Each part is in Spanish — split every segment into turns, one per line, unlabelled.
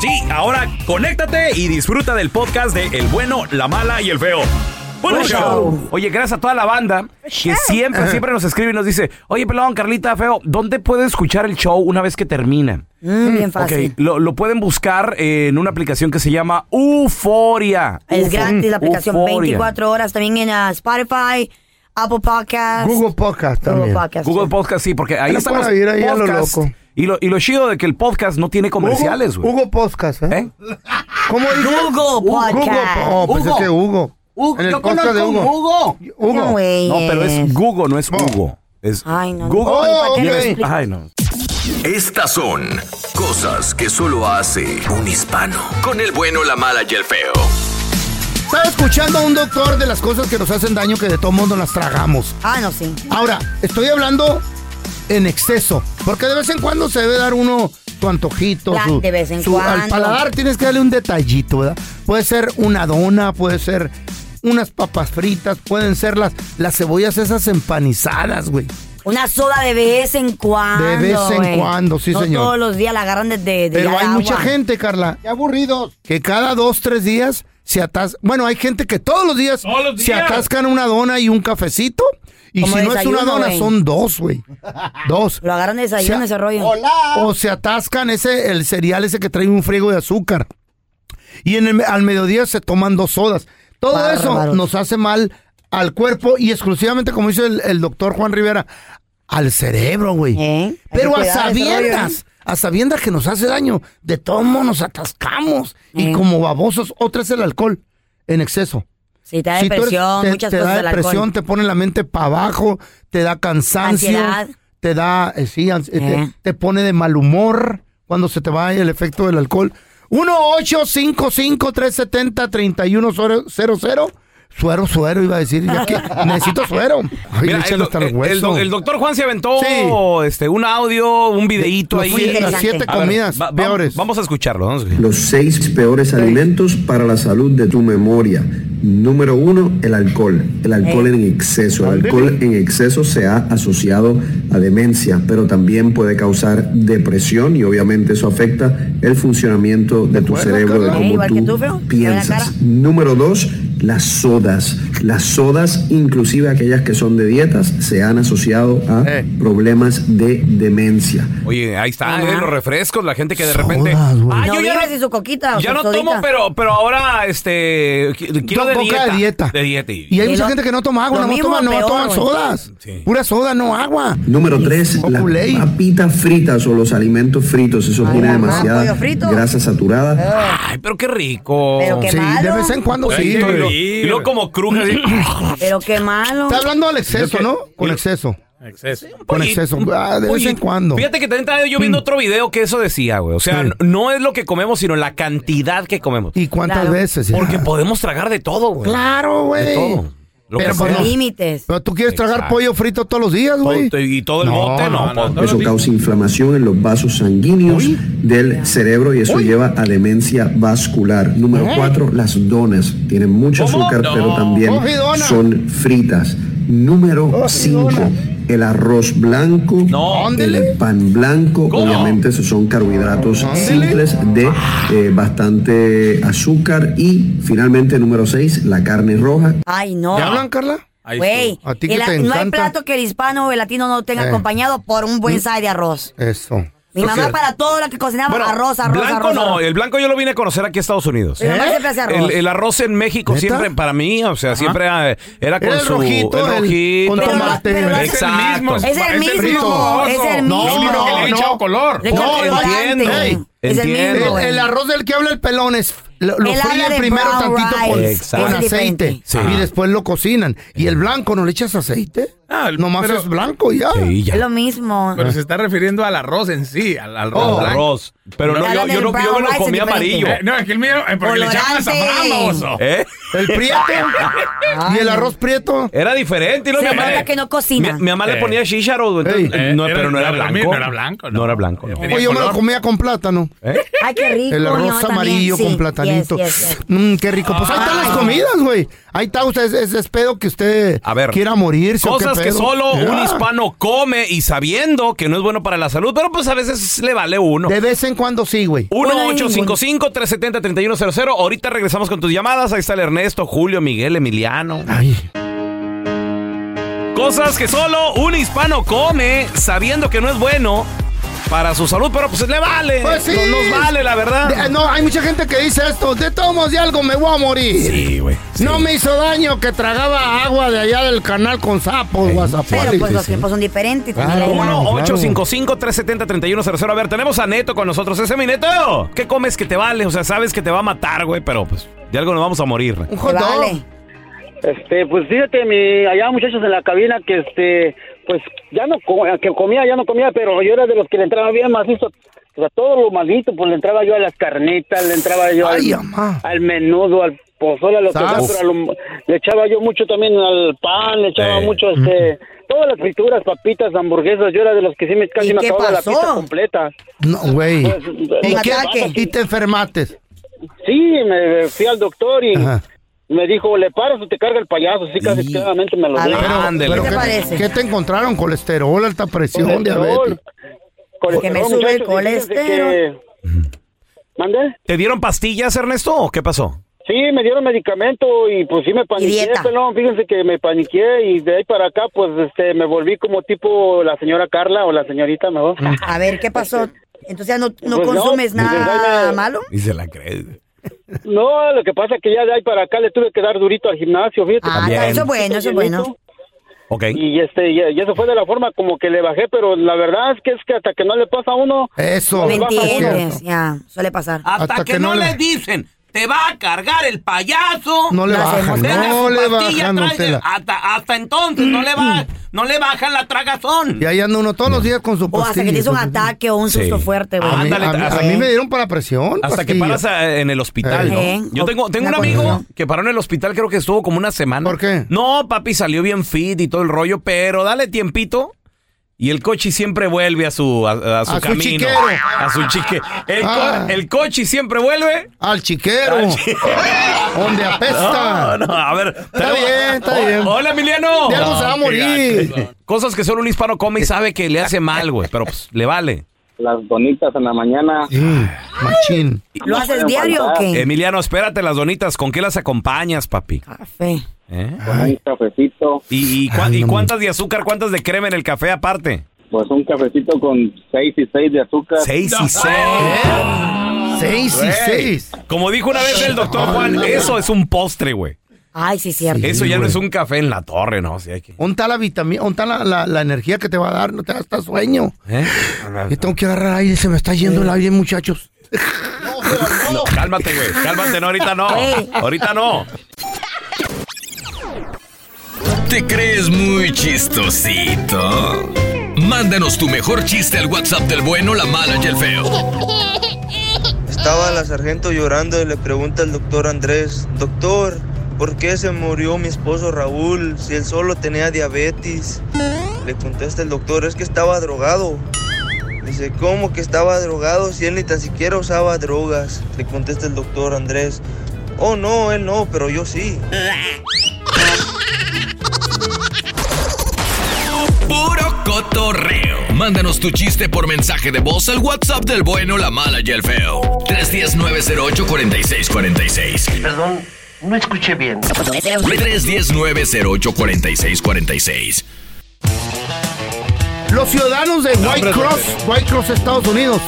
Sí, ahora conéctate y disfruta del podcast de El bueno, la mala y el feo. Eh. Bueno,
Buen
show.
show. Oye, gracias a toda la banda que siempre, siempre nos escribe y nos dice, oye, pelón, Carlita, feo, ¿dónde puedo escuchar el show una vez que termina?
Mm, bien fácil.
Ok, lo, lo pueden buscar en una aplicación que se llama Euforia.
Es gratis la aplicación 24 horas también en ah, Spotify, Apple Podcasts.
Google Podcast
Google
también.
Podcast.
Google Podcast, sí, porque ahí
Pero
están los
para ir ahí a lo
podcasts.
loco.
Y lo, y lo chido de que el podcast no tiene comerciales,
Hugo,
güey.
Hugo Podcast, ¿eh?
¿Eh?
¿Cómo dice?
Google Podcast.
Hugo, oh, pues
Hugo.
es que Hugo.
Hugo,
En el
yo
podcast de
conozco un
Hugo.
No,
Hugo.
güey.
No, pero es Google, no es Hugo. Es
Ay, no.
Google.
Oh,
Y en
ok.
es- Ay, no.
Estas son cosas que solo hace un hispano. Con el bueno, la mala y el feo.
Estaba escuchando a un doctor de las cosas que nos hacen daño que de todo mundo las tragamos.
Ah, no, sí.
Ahora, estoy hablando en exceso, porque de vez en cuando se debe dar uno su antojito.
Claro,
su-
de vez en
su- Al
cuando.
paladar tienes que darle un detallito, ¿verdad? Puede ser una dona, puede ser unas papas fritas, pueden ser las, las cebollas esas empanizadas, güey.
Una soda de vez en cuando.
De vez en
güey.
cuando, sí,
No
señor.
Todos los días la agarran desde.
Pero hay mucha gente, Carla. Qué aburridos. Que cada dos, tres días se atascan. Bueno, hay gente que todos los días, se atascan una dona y un cafecito. Y
Como
si no es
desayuno,
una dona,
güey.
son dos, güey. Dos.
Lo agarran de desayuno
Se-
ese rollo.
O se atascan ese, el cereal ese que trae un friego de azúcar. Y en el- al mediodía se toman dos sodas. Todo eso
Bárbaros.
nos hace mal al cuerpo y exclusivamente, como dice el, el doctor Juan Rivera, al cerebro, güey.
¿Eh? Hay
Pero
que
a
cuidar ese rollo, ¿eh?
sabiendas, a sabiendas que nos hace daño, de todo modo nos atascamos y
Eh.
como babosos. Otra es el alcohol en exceso.
Sí, te da
Si tú eres-
depresión,
te,
muchas
te
cosas
da
del
depresión,
alcohol.
te pone la mente para abajo, te da cansancio,
Ansiedad.
te da, eh, sí, ans- eh,
Eh.
Te, te pone de mal humor cuando se te va el efecto del alcohol. 1-855-370-3100. Suero, suero, iba a decir. yo aquí, necesito suero. Ay,
Mira,
le echan
el,
hasta
do-
los
el- el do-
huesos.
el doctor Juan se aventó
Sí.
este, un audio, un videíto
Lo
ahí.
fui en las
Interesante.
siete
A ver,
comidas
va- va-
peores.
Vamos a escucharlo. vamos a escucharlo.
Los seis peores alimentos para la salud de tu memoria. Número uno, el alcohol. El
Eh.
alcohol en exceso. El alcohol en exceso se ha asociado a demencia, pero también puede causar depresión y obviamente eso afecta el funcionamiento de tu
acuerdo,
cerebro, de
Carla?
cómo
Eh, Igual que tú,
tú
Feo. Buena cara.
piensas. Número dos, las sodas. Las sodas, inclusive aquellas que son de dietas, se han asociado a
Eh.
problemas de demencia.
Oye, ahí está,
Ajá.
eh, los refrescos, la gente que de
Sodas,
repente.
güey.
Ah,
No
yo ya
vives y su coquita, o
ya
su
no
sodita.
tomo, pero, pero ahora este qui- quiero
Toca
de dieta,
de dieta.
De dieta. y-
Y hay
Y
mucha
lo-
gente que no toma agua,
lo
no
mismo,
toma, no
peor,
toman
güey.
sodas.
Sí.
Pura soda, no agua.
Número tres,
o
las
Kool-Aid.
papitas fritas o los alimentos fritos. Eso
Ay,
tiene
mamá,
demasiada
pollo frito.
grasa saturada.
Ay, pero qué rico.
Pero qué
Sí, de
malo.
vez en cuando
Ay,
sí.
y,
güey.
luego- y luego como cruje. así.
Pero qué malo.
Está hablando al exceso, ¿no? Con exceso. Con
Oye,
exceso. Ah, de vez
oye,
en cuando.
Fíjate que también estaba yo viendo otro video que eso decía, güey. O sea,
Mm. Sí.
n- no es lo que comemos, sino la cantidad que comemos.
¿Y cuántas
Claro.
veces?
Porque
Ah,
podemos tragar de todo, güey.
Claro,
De
güey.
todo.
Lo
Pero
que
pues
sea.
no.
Límites.
Pero tú quieres tragar pollo frito todos los días, güey.
Todo- Y todo el bote, no. no, no.
Eso causa inflamación en los vasos sanguíneos del cerebro y eso lleva a demencia vascular. Número cuatro, las donas. Tienen mucho
¿Cómo?
azúcar,
No.
pero también
Coge dona.
son fritas. Número cinco, el arroz blanco,
No.
Ándele.
el pan blanco.
¿Cómo?
Obviamente esos son carbohidratos
Ándele.
simples de eh, bastante azúcar. Y finalmente, número seis, la carne roja.
Ay, no.
¿Te hablan, Carla?
Ahí
Güey,
A ti que
el-
te
no hay
encanta.
plato que el hispano o el latino no tenga
Eh.
acompañado por un buen side de arroz.
Eso.
Mi
Por
mamá
cierto.
para todo lo que cocinaba,
Bueno,
arroz, arroz,
blanco
arroz.
no,
arroz.
el blanco yo lo vine a conocer aquí a Estados Unidos.
Mi
¿eh?
mamá siempre hace arroz.
El, el arroz en México
¿Neta?
siempre para mí, o sea, siempre eh, era con
Era el
su
rojito,
el
el-
rojito,
con
Pero lo-
tomate.
pero lo hace-
Exacto.
Es el mismo, es el
No,
mismo.
no,
Le
no.
color.
Le
No,
echan colorante.
entiendo.
Ey,
Es el
entiendo.
mismo.
El,
güey.
el arroz del que habla el pelón es lo, lo
Él habla
fríen
de
primero
brown
tantito
rice.
con,
Exacto.
con
Es diferente.
aceite
Sí.
y después lo cocinan. Y el blanco no le echas aceite,
Ah, el-
nomás
pero-
es blanco y ya.
Sí, ya.
Es lo mismo.
Pero se está refiriendo al arroz en sí, al, al
Oh,
blanco.
arroz. Pero no,
Le
yo,
hablan
yo
del
no, yo me
brown
lo
rice
comí
diferente.
amarillo.
Eh, no, es que el mío, eh, porque le echaban
Colorante.
azafrán, baboso.
¿Eh?
El prieto y el arroz prieto.
Era diferente. y luego
Se
mi mamá,
nota
le-
que no cocina.
mi, mi mamá le
Eh.
ponía chícharo, entonces,
Eh,
no,
era-
pero no era, blanco.
no era blanco, no.
No era blanco, no.
Tenía
Pues yo me lo
color.
comía con plátano.
¿Eh?
Ay, qué rico.
El
mi mamá
arroz
también,
amarillo
sí.
con platanito.
Yes, yes, yes.
Mm, qué rico. Pues ahí están las comidas, güey. Ahí está usted. Es, es- es pedo que usted
A ver.
quiera morirse. o
Cosas
qué
que
pedo. Ah,
solo
Ya.
un hispano come y sabiendo que no es bueno para la salud, pero pues a veces le vale uno.
De vez en cuando sí, güey.
1-855-370-3100. Ahorita regresamos con tus llamadas. Ahí está el Ernesto, Julio, Miguel, Emiliano.
Ay.
Cosas que solo un hispano come sabiendo que no es bueno para su salud, pero pues le vale.
Pues sí.
No- nos vale, la
De-
verdad.
no, hay mucha gente que dice esto. De todos modos, de algo me voy a morir.
Sí, güey. sí.
No me hizo daño que tragaba agua de allá del canal con sapos, guazapatos.
Pero pues los tiempos son diferentes.
Claro.
también la edad.
Claro.
1-855-370-3100. A ver, tenemos a Neto con nosotros. Ese mi Neto. ¿Qué comes que te vale? O sea, sabes que te va a matar, güey, pero pues de algo nos vamos a morir.
Un
Se
hot dog.
vale.
Este, pues fíjate, mi, allá muchachos en la cabina que este, pues ya no co- que comía, ya no comía, pero yo era de los que le entraba bien macizo, o sea, todo lo maldito, pues le entraba yo a las carnitas, le entraba yo
Ay,
al,
amá.
al menudo, al pozole, a lo que sea,
Sas.
pero a lo- le echaba yo mucho también al pan, le echaba
Eh.
mucho este, todas las frituras, papitas, hamburguesas, yo era de los que sí me
¿Y
casi me
qué
acababa la
pasó?
pizza completa.
No, güey.
Pues,
¿Y,
un
qué-
ataque.
y te enfermates.
Sí, me fui al doctor y
Ajá.
me dijo, le paras o te carga el payaso, sí, casi claramente me lo
A
Ah,
dijo.
ver.
Ándele.
¿Qué te
¿qué,
parece?
qué te encontraron? Colesterol, alta presión, diabetes.
Colesterol. Colesterol,
Que me sube
muchachos,
el
y fíjense
colesterol.
que- ¿Mande?
¿Te dieron pastillas, Ernesto? ¿O qué pasó?
Sí, me dieron medicamento y pues sí me paniqué,
dieta.
pelón. Fíjense que me paniqué y de ahí para acá, pues este, me volví como tipo la señora Carla o la señorita mejor.
A ver, ¿qué pasó? Entonces ya no, no
Pues no,
consumes
pues,
nada
dale.
malo.
Y se la cree.
No, lo que pasa es que ya de ahí para acá le tuve que dar durito al gimnasio, fíjate.
Ah,
También.
eso es bueno, eso es bueno.
Ok.
Y este, y, y eso fue de la forma como que le bajé, pero la verdad es que es que hasta que no le pasa a uno,
Eso.
¿Me
Pues, baja
entiendes? Ya, suele pasar.
Hasta que no le
dicen, te va a cargar el payaso.
No le
Las
bajan,
emociones.
no le bajan, don Tela. Mm.
hasta, entonces no le no le bajan la tragazón.
Y ahí anda uno todos los días con su
O
pastilla.
hasta que te hizo un
con su-
ataque o un susto
Sí.
fuerte, güey.
A mí,
Ándale,
a mí-
hasta-
a mí me dieron para presión.
Hasta que
pastilla.
paras eh, en el hospital, ¿no?
Eh,
Yo
o-
tengo, tengo un
una
amigo
condición.
que paró en el hospital, creo que estuvo como una semana.
¿Por qué?
No, papi salió bien fit y todo el rollo, pero dale tiempito. Y el coche siempre vuelve a su, a, a su
A su
camino.
chiquero.
A su chique. El, co-
Ah.
el coche siempre vuelve.
Al chiquero.
Al chi-
donde apesta.
No, no, a ver.
Está
tenemos-
bien, está
Oh,
bien.
Hola, Emiliano.
De algo se va a morir.
Cosas que solo un hispano come y sabe que le hace mal, güey. Pero pues, le vale.
las donitas en la mañana.
Sí, machín.
¿Lo haces diario o qué?
Emiliano, espérate las donitas. ¿Con qué las acompañas, papi?
Café.
¿Eh?
con un cafecito,
¿Y, y cua-
Ay,
y
no me-
cuántas de azúcar, cuántas de crema en el café aparte?
pues un cafecito con 6 y 6 de azúcar.
Seis y seis.
Seis y seis.
Como dijo una vez el doctor Juan, eso es un postre, güey.
Ay, sí, cierto.
Eso ya no
güey.
es un café en la torre, ¿no? Sí, hay que...
¿Dónde está la vitamina? ¿Dónde está la, la- la energía que te va a dar? No te da hasta sueño.
¿Eh?
Yo tengo que agarrar aire, se me está yendo el aire, muchachos.
No, cálmate, güey. Cálmate, no, ahorita no.
Güey.
Ahorita no.
¿Te crees muy chistosito? Mándanos tu mejor chiste al WhatsApp del bueno, la mala y el feo.
Estaba la sargento llorando y le pregunta al doctor Andrés, doctor,
¿Por qué se murió mi esposo Raúl si él solo tenía diabetes? Le contesta el doctor, es que estaba drogado. Dice, ¿cómo que estaba drogado si él ni tan siquiera usaba drogas? Le contesta el doctor Andrés, oh no, él no, pero yo sí.
Puro cotorreo. Mándanos tu chiste por mensaje de voz al WhatsApp del bueno, la mala y el feo. 319-08-4646.
Perdón, no escuché bien.
319-08-4646.
Los ciudadanos de White
Nombre,
Cross, White Cross, Estados Unidos,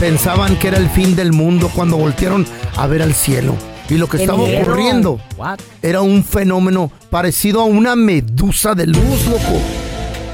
pensaban que era el fin del mundo cuando voltearon a ver al cielo. Y lo que
Qué
estaba
miedo.
ocurriendo
What?
era un fenómeno parecido a una medusa de luz, loco.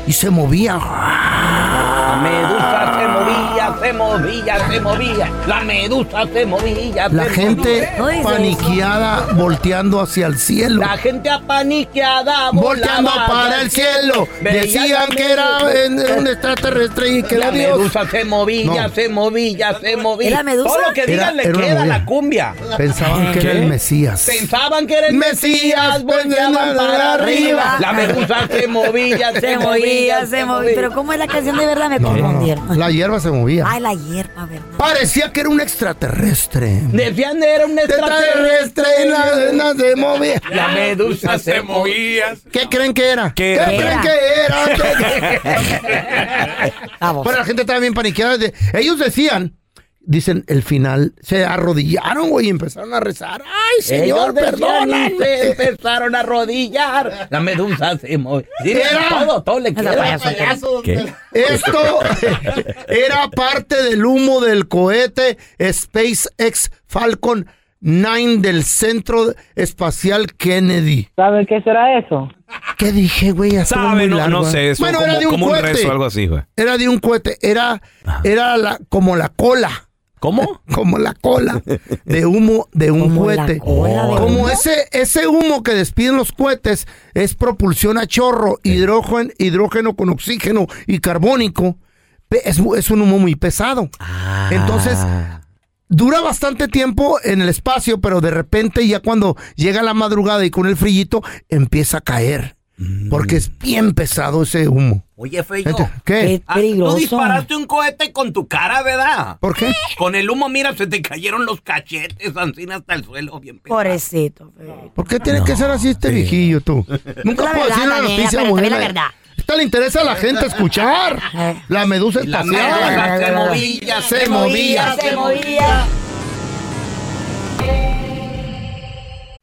Y se movía.
La
Ah.
medusa se movía, se movía, se movía. La medusa se movía,
La
se
gente
movía.
paniqueada volteando hacia el cielo.
La gente apaniqueada.
Volteando
volaba
para el cielo.
Veía
Decían
la
que era
medusa.
en- en un extraterrestre y que
la
era Dios.
medusa se movía,
No.
se movía, se movía.
¿Era medusa?
Todo lo que
Era-
digan le
era una
queda a
movida.
la cumbia.
Pensaban que era
¿Qué?
el Mesías. pues.
Pensaban que era el Mesías, volteaban para arriba. La medusa se movía,
se movía, se movía. Pero ¿cómo es la canción de verdad? Me
No, no, no.
confundí.
La hierba se movía.
Ay, la hierba, ¿verdad?
Parecía que era un extraterrestre.
Decían era un
extraterrestre y la arena se movía.
La medusa se movía.
¿Qué creen que era? ¿Qué,
era?
creen que era? bueno, la gente estaba bien paniqueada. De- Ellos decían, dicen, el final, se arrodillaron, güey, y empezaron a rezar. ¡Ay, señor,
Ellos decían y
perdóname!
Se empezaron a arrodillar. La medusa se movió.
Era-
todo, todo le queda.
Esto era parte del humo del cohete SpaceX Falcon 9 del Centro Espacial Kennedy.
¿Sabe qué será eso?
¿Qué dije, güey? Ya estuvo
Sabe,
muy
no,
largo,
no sé,
¿eh?
es
Bueno,
como,
era de un
como un
cohete.
rezo, algo así, güey.
Era de un cohete, era, era la, como la cola.
¿Cómo?
como la cola de humo de un cohete. Como
humo?
ese, ese humo que despiden los cohetes es propulsión a chorro, hidrógeno, hidrógeno con oxígeno y carbónico. pe- Es, mu- es un humo muy pesado.
Ah.
Entonces, dura bastante tiempo en el espacio, pero de repente ya cuando llega la madrugada y con el frillito, empieza a caer. Porque es bien pesado ese humo.
Oye, feyo.
Ente- ¿Qué?
Ah, Tú disparaste un cohete con tu cara, ¿verdad?
¿Por qué?
Con el humo, mira, se te cayeron los cachetes, Ancina, hasta el suelo. Bien pe-
Pobrecito.
¿Por qué tiene que ser así este viejillo tú? Nunca
La
puedo
verdad,
decir una
Daniela,
noticia
pero también la
buena.
verdad.
Esta le interesa a la gente escuchar. La medusa espacial.
se movía,
se movía, se
movía.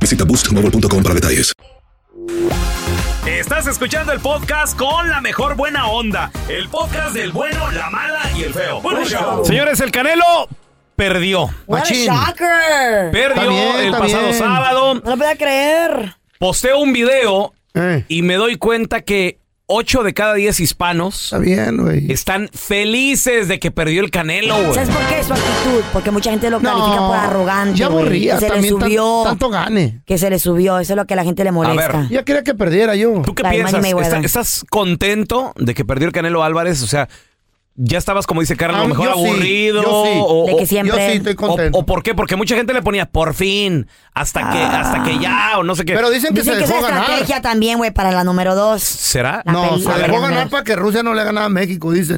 Visita boostmobile.com para detalles.
Estás escuchando el podcast con la mejor buena onda. El podcast del bueno, la mala y el feo. Bueno, show.
Señores, el Canelo perdió.
What a shocker.
Perdió Está bien, el está pasado bien. sábado.
No lo podía creer.
Posteo un video
Eh.
y me doy cuenta que 8 de cada 10 hispanos
bien, güey.
están felices de que perdió el Canelo, güey.
¿Sabes por qué? Su actitud. Porque mucha gente lo califica por arrogante.
ya
güey,
aburría,
que se le
también tan-
subió.
tanto gane.
Que se le subió. Eso es lo que a la gente le molesta.
Ya quería que perdiera yo.
¿Tú qué
La de
piensas?
Manny Mayweather.
¿Está- ¿Estás contento de que perdió el Canelo Álvarez? O sea, ya estabas, como dice Carlos, a
Ah,
lo mejor
yo sí,
aburrido.
yo sí.
O,
De que
o-
siempre- Yo sí, estoy contento.
O, o por qué? Porque mucha gente le ponía por fin, hasta que, hasta que ya, o no sé qué.
Ah. Dicen que es estrategia también, güey, para la número dos.
¿Será?
La
No,
peli-
se
la
dejó
película.
ganar para que Rusia no le ganara a México, dicen.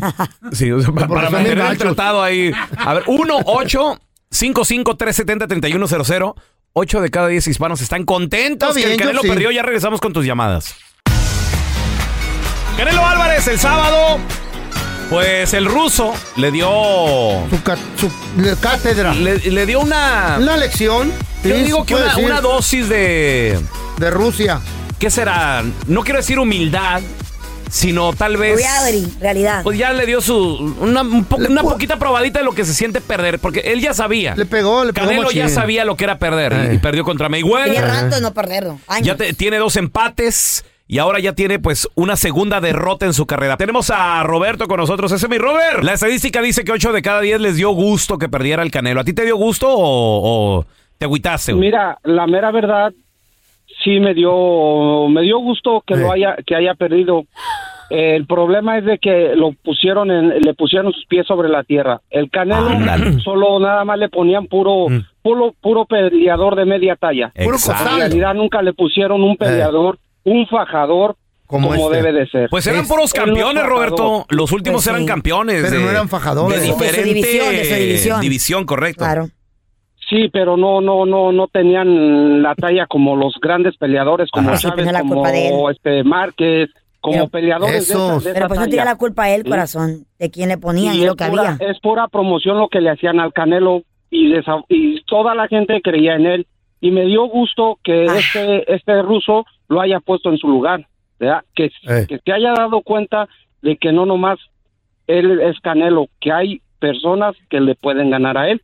Sí, o sea, pa- para
son
mantener el
gachos.
tratado ahí. A ver, 1 8 55 370 3100 8 de cada 10 hispanos están contentos
Está
que el
bien, yo
Canelo
sí.
perdió. Ya regresamos con tus llamadas. Canelo Álvarez, el sábado. Pues el ruso le dio.
Su, ca- su- le- cátedra.
Le, dio una.
Una lección.
Yo
Sí,
digo
se
que
puede
una,
decir.
una dosis de.
De Rusia.
¿Qué será? No quiero decir humildad, sino tal vez.
Reality, realidad.
Pues ya le dio su una, un po- una poquita probadita de lo que se siente perder, porque él ya sabía. Le
pegó, le
pegó
Canelo ya
machín.
sabía lo que era perder y- y, perdió contra Mayweather.
Tenía rato de no perderlo. Años.
Ya te- tiene dos empates y ahora ya tiene pues una segunda derrota en su carrera. Tenemos a Roberto con nosotros. Ese es mi Robert. La estadística dice que 8 de cada 10 les dio gusto que perdiera el Canelo. ¿A ti te dio gusto o, o te agüitaste? güey?
Mira, la mera verdad, sí me dio, me dio gusto que lo haya, que haya perdido. Eh, el problema es de que lo pusieron, en- le pusieron sus pies sobre la tierra. El Canelo solo nada más le ponían puro, puro, puro peleador de media talla.
Mm. Exacto.
En realidad nunca le pusieron un peleador, un fajador Eh. como,
este.
debe de ser.
Pues eran
Es-
puros
él no es
campeones,
fajador.
Roberto. Los últimos eran campeones.
Pero
de-
no eran fajadores.
De
Pues De su
diferente
división, de su división.
división, correcto.
Sí, pero no, no, no, no tenían la talla como los grandes peleadores, como
Ajá. Ah, Sí,
Chávez,
tenía la
como
culpa de él.
este Márquez, como
Pero-
peleadores de esa- de esa
Pero pues no
talla.
tiene la culpa él,
Sí.
corazón, de quién le ponían y,
es
lo que
pura,
había.
Es pura promoción lo que le hacían al Canelo y, desa- y toda la gente creía en él y me dio gusto que
Ah.
este este ruso lo haya puesto en su lugar, ¿verdad? Que, que se haya dado cuenta de que no nomás él es Canelo, que hay personas que le pueden ganar a él.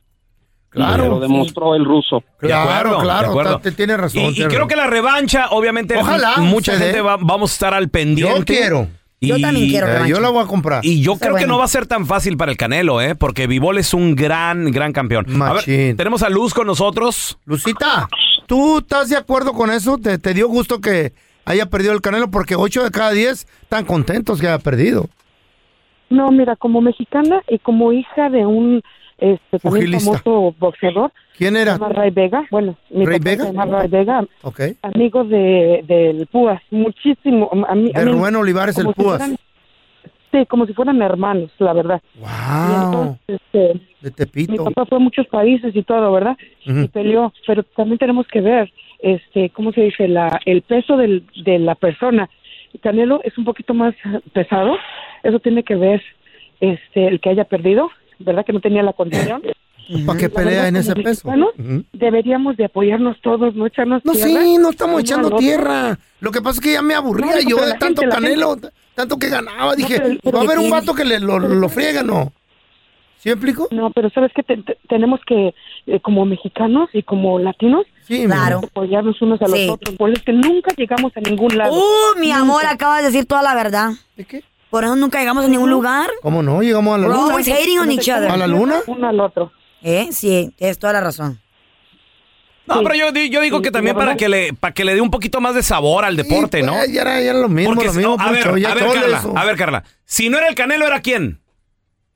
Claro, lo demostró el ruso.
De acuerdo, de acuerdo.
te- tiene razón,
Y, y
tiene
creo
razón.
que la revancha, obviamente,
Ojalá
mucha
se dé.
gente va- vamos a estar al pendiente.
Yo quiero.
Y-
Eh, yo la voy a comprar.
Y yo creo que no va a ser tan fácil para el Canelo, ¿eh? Porque Vivol es un gran, gran campeón. A ver, tenemos a Luz con nosotros.
Lucita, ¿tú estás de acuerdo con eso? ¿Te, te dio gusto que haya perdido el Canelo? Porque 8 de cada 10 están contentos que haya perdido.
No, mira, como mexicana y como hija de un este también
Pugilista.
famoso boxeador.
¿Quién era?
Se llama Ray Vega. Bueno, mi
¿Ray
papá
Vega?
se llama Ray Vega,
Ok.
amigo de del Púas, muchísimo. A mí, a
De
mí-
Rubén Olivares, el
como si
Púas.
fueran- sí, como si fueran hermanos, la verdad.
Wow.
Y entonces, este, mi
De Tepito.
papá fue a muchos países y todo, ¿verdad?
Ujú.
Y peleó, pero también tenemos que ver, este, ¿cómo se dice? La, el peso del, de la persona. Canelo es un poquito más pesado, eso tiene que ver, este, el que haya perdido, ¿verdad? Que no tenía la condición.
¿Para qué
La verdad,
pelea en
como
ese peso?
mexicanos,
Ujú.
Deberíamos de apoyarnos todos, no echarnos
No,
tierra.
sí, no estamos
uno al
echando
otro.
tierra. Lo que pasa es que ya me aburría
No,
yo
pero
de
la
tanto
gente, la
Canelo,
gente-
tanto que ganaba. Dije,
pero- pero
va a haber un
tiene-
vato que le, lo, lo friega, ¿no? ¿Sí me explico?
No, pero sabes que te- te- tenemos que, eh, como mexicanos y como latinos,
Claro.
apoyarnos unos a los
Sí.
otros. Por eso es que nunca llegamos a ningún lado.
Uh, mi
Nunca.
amor, acabas de decir toda la verdad.
¿De
qué? Por eso nunca llegamos a ningún lugar.
¿Cómo no? Llegamos a la
We're
luna.
always hating on each other.
¿A la luna?
Uno al otro.
Eh, sí, tienes toda la razón.
No, pero yo, di- yo digo que también para que, le, para que le dé un poquito más de sabor al deporte, ¿no?
pues, ya era- ya era lo mismo,
Porque
lo
si-
mismo,
a ver,
Poncho, ya
a ver,
todo
Carla,
eso.
a ver, Carla. Si no era el Canelo, ¿era quién?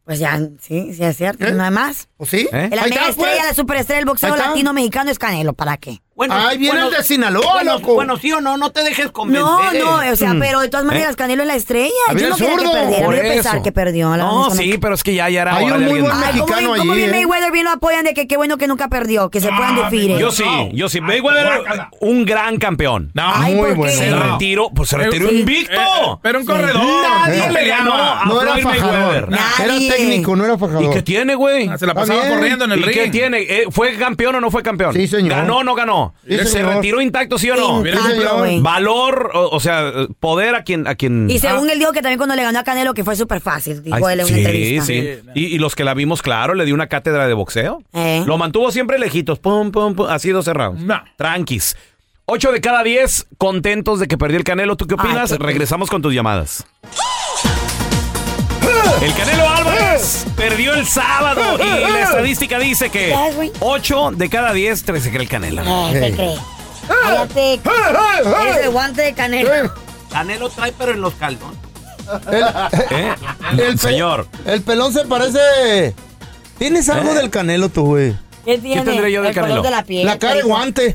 Pues ya, sí, sí es cierto,
¿Eh?
no hay más.
¿O sí?
¿Eh?
La
Ahí
mega
está,
estrella,
pues.
la superestrella del boxeo
Ahí está.
latino mexicano es Canelo, ¿para qué?
Ahí viene el de Sinaloa, loco.
sí o no, no te dejes
No, no, o sea,
Mm.
pero de todas maneras
¿Eh?
Canelo es la estrella.
A ver,
Yo no
el
quería que
zurdo.
perdiera,
Por
voy a pensar
eso.
que perdió. la
No,
honesta,
sí, pero es que ya, ya era
Hay
hora
un
de
muy
alguien
buen
más.
¿Cómo
mexicano
bien,
ahí.
cómo bien
eh?
Mayweather bien lo apoyan de que qué bueno que nunca perdió, que se puedan definir.
Yo sí, yo sí. Mayweather, un gran campeón. No,
Ay, muy ¿por qué? bueno.
Se
No.
retiró, pues se retiró
Sí.
invicto.
Eh,
pero
un corredor.
Nadie
Eh.
le ganó a
No era
Floyd
fajador.
Mayweather.
Era técnico, no era fajador.
¿Y qué tiene, güey?
Ah, Se la pasaba
Está bien.
corriendo en el
¿Y
ring.
qué tiene? Eh, ¿Fue campeón o no fue campeón?
Sí, señor.
¿Ganó o no ganó?
Sí,
¿Se
señor.
retiró intacto, sí o no?
Mira, Intacto, señor. güey.
Valor, o, o sea, eh, poder a quien... A quien
Y según él dijo que también cuando le ganó a Canelo que fue súper fácil,
Ah. Ay,
dijo él en una
sí,
entrevista.
sí. Y, y los que la vimos, claro, le dio una cátedra de boxeo.
Eh.
Lo mantuvo siempre lejitos. Pum, pum, pum. Así 12 rounds. Tranquis. 8 de cada 10 contentos de que perdió el Canelo. ¿Tú qué opinas? Regresamos con tus llamadas. El Canelo Álvarez perdió el sábado y la estadística dice que 8 de cada 10 tres se cree el Canelo.
Eh, se cree. Cállate. Eres el guante de Canelo.
Canelo trae pero en los caldones. ¿Eh?
El pe-
Señor. ¿Eh?
El pelón se parece. Tienes algo del Canelo, tú, güey.
¿Qué tiene?
tendré yo del
el color
Canelo?
de la piel.
La cara de
primo.
guante.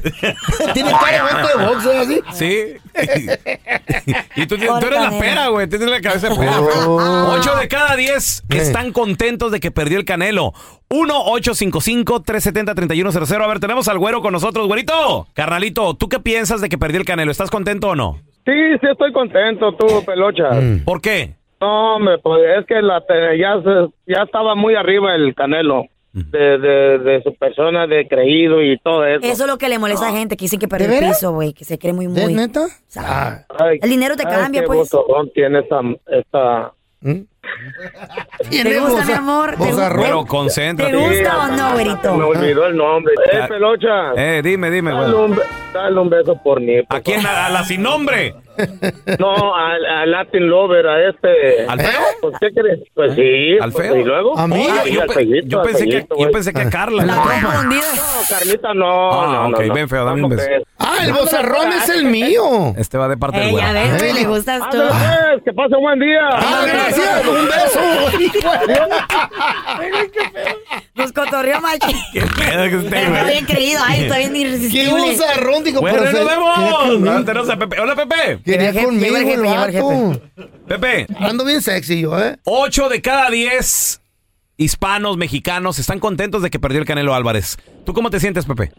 Tiene cara de guante de box, ¿eh? así.
Sí. y tú, tienes- tú
Pobre
eres la
Canelo.
pera, güey. Tienes la cabeza de pera. Ocho de cada diez están contentos de que perdió el Canelo. 1-855-370-3100. A ver, tenemos al güero con nosotros, güerito. Carnalito, ¿tú qué piensas de que perdió el Canelo? ¿Estás contento o no?
Sí, sí estoy contento, tú, pelocha.
Mm.
¿Por qué?
No, hombre, pues es que la, te- ya, se- ya estaba muy arriba el Canelo,
Mm.
de, de, de su persona, de creído y todo eso.
Eso es lo que le molesta a la gente que dicen que perdió
¿De
el
veras?
piso, güey, que se cree muy, muy. neta?
Ah.
Ay,
El dinero te
ay,
cambia,
qué
pues.
bozarrón tiene esta... esta...
¿Te gusta, mi amor? ¿Te, gu-
Güero, concéntrate.
te gusta o no, güerito?
Me olvidó el nombre. Eh, pelocha.
Eh, dime, dime,
Dale
güero.
un, be- dale un beso por mí. ¿A
quién? ¿A la sin nombre?
No, al al Latin Lover, a este.
¿Al feo? ¿Eh?
Pues, ¿qué crees? Pues sí.
¿Al
pues,
feo?
¿Y luego?
¿A mí?
Ah,
Yo
al
pe-
Fellito,
yo
al
pensé que-
Fellito,
yo
güey.
pensé que a Carla. La
No, Carlita, no.
Ah,
no, no,
ok,
no.
ven, feo, dame un
¿Cómo
beso.
crees?
Ah, el bozarrón es el mío.
Este va de parte del
Eh, ya
güero.
ves, güey, le
gustas
tú. pues, que pase buen día.
Ah, gracias, un
Nos cotorreó, machi. Está bien creído, ay, está bien irresistible.
¿Qué bozarrón? Digo,
Güero,
pero
nos
se- quería
vemos.
conmigo.
Antenos a Pepe. Hola, Pepe.
Quería
Llegó el jefe,
conmigo el
llegó el jefe, llegó el
vato.
Pepe.
Ando bien sexy yo, ¿eh?
8 de cada 10 hispanos, mexicanos, están contentos de que perdió el Canelo Álvarez. ¿Tú cómo te sientes, Pepe?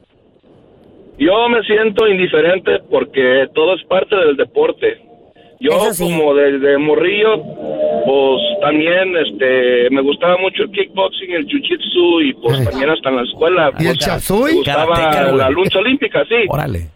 Yo me siento indiferente porque todo es parte del deporte. Yo como desde morrillo, pues también este me gustaba mucho el kickboxing, el jiu-jitsu y pues también hasta en la escuela.
¿Y el
pues,
chapsuy?
me gustaba
Karateka, güey.
la lucha olímpica, sí.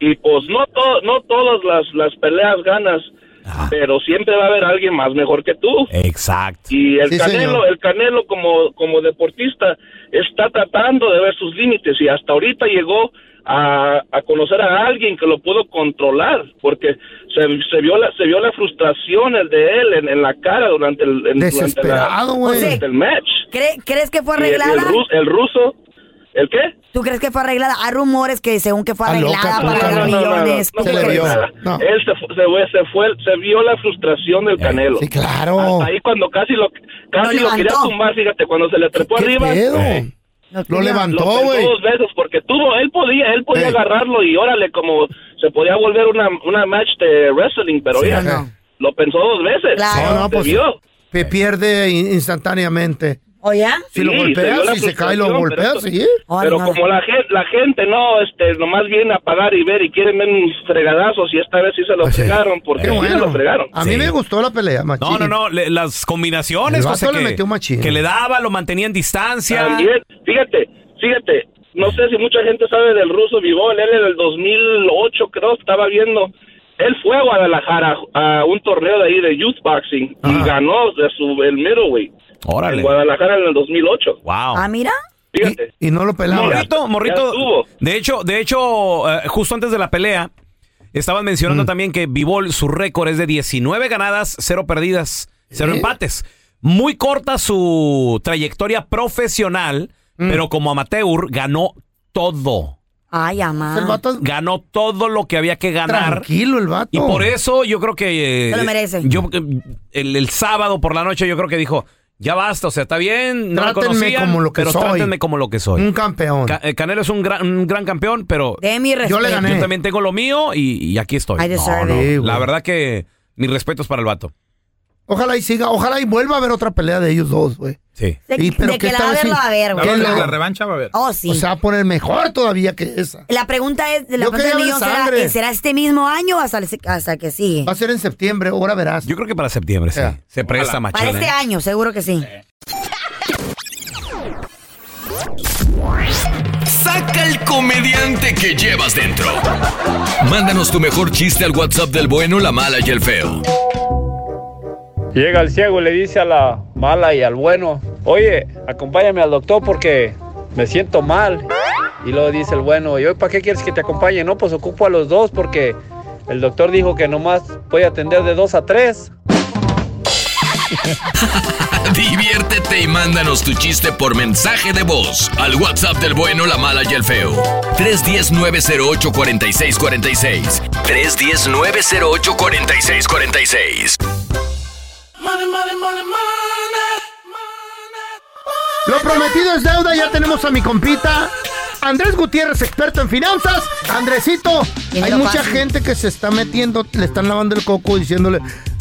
Y pues no to- no todas las las peleas ganas,
Ah.
pero siempre va a haber alguien más mejor que tú.
Exacto.
Y el
Sí,
Canelo,
señor.
el Canelo como, como deportista está tratando de ver sus límites y hasta ahorita llegó a, a conocer a alguien que lo pudo controlar porque se, se vio la se vio la frustración de él en, en la cara durante el en- durante la-
Desesperado, güey.
durante el match.
¿Cre- ¿Crees que fue
Y el, el
arreglada?
rus- el ruso, ¿el qué?
¿Tú crees que fue arreglada? Hay rumores que según que fue arreglada para ganar millones.
no,
¿Tú
no,
crees?
no, no. Él se fue, se fue, se fue- se vio la frustración del Canelo. Sí,
claro.
ahí cuando casi lo casi
Lo
lo, quería
levantó.
tumbar, fíjate, cuando se le trepó arriba.
pedo?
eh,
Lo levantó,
pensó
güey.
Dos veces porque tuvo él podía, él podía agarrarlo y órale como se podía volver una una match de wrestling, pero ya lo pensó dos veces.
No, no,
Se
pues,
vio.
Te pierde in- instantáneamente.
¿O ya?
Si lo
Sí, se
golpeas,
dio la
si se cae, lo
frustración, pero
golpeas,
esto-
sí.
Pero como la gente, la gente no, este, nomás viene a pagar y ver y quieren ver un fregadazo, y esta vez sí se lo
Pues
fregaron, porque sí se lo fregaron.
A mí me gustó la pelea, machín.
No, no, no, le- las combinaciones,
El vato
José,
le metió
que,
machín.
que le daba, lo mantenía en distancia.
También, fíjate, fíjate, no sé si mucha gente sabe del ruso Vivol, él en el 2008 creo, estaba viendo, él fue a Guadalajara a un torneo de ahí de youth boxing y ganó de su, el middleweight.
Órale.
En Guadalajara en el 2008.
Wow.
Ah, mira.
Fíjate.
Y no lo pelaba.
Morrito,
Ya
morrito.
estuvo.
De hecho, de hecho, eh, justo antes de la pelea, estaban
Mm.
mencionando también que Bivol, su récord es de 19 ganadas, 0 perdidas,
¿Eh?
0 empates. Muy corta su trayectoria profesional,
Mm.
pero como amateur ganó todo.
Ay, amá.
Ganó todo lo que había que ganar.
Tranquilo el vato.
Y por eso yo creo que. eh,
Se lo merece.
Yo, eh, el, el sábado por la noche yo creo que dijo: Ya basta, o sea, está bien, no la
Trátenme
conocían,
como lo que
pero
soy. Mm.
trátenme como lo que soy.
Un campeón.
Ca- eh, Canelo es un gran, un gran campeón, pero.
De mi respeto.
Yo le gané. Yo también tengo lo mío y, y aquí estoy.
I deserve
No, no,
it.
La verdad que mis respetos para el vato.
Ojalá y siga, ojalá y vuelva a haber otra pelea de ellos dos, güey.
Sí.
De-
Y,
de que la va
esta vez
a ver,
sí-
la va a ver, güey.
que
La-
lo-
la
revancha va a haber.
Oh, sí.
O sea, va a poner mejor todavía que esa.
La pregunta es, la
Yo
pregunta del
quería ver
millón será,
sangre.
eh, ¿será este mismo año o hasta, el, hasta que sigue?
Va a ser en septiembre, ahora verás.
Yo creo que para septiembre, sí. Se presta, machín.
Para este
¿eh?
año, seguro que sí.
Saca el
comediante
que llevas dentro. Mándanos tu mejor chiste al WhatsApp del bueno, la mala y el feo.
Llega el ciego y le dice a la mala y al bueno, oye, acompáñame al doctor porque me siento mal. Y luego dice el bueno, ¿y hoy para qué quieres que te acompañe? No, pues ocupo a los dos porque el doctor dijo que nomás puede atender de dos a tres.
Diviértete y mándanos tu chiste por mensaje de voz al WhatsApp del bueno, la mala y el feo. 310-908-4646. 310-908-4646.
Lo prometido es deuda, ya tenemos a mi compita Andrés Gutiérrez, experto en finanzas. Andresito, hay
lo
mucha
fácil.
gente que se está metiendo, le están lavando el coco diciéndole,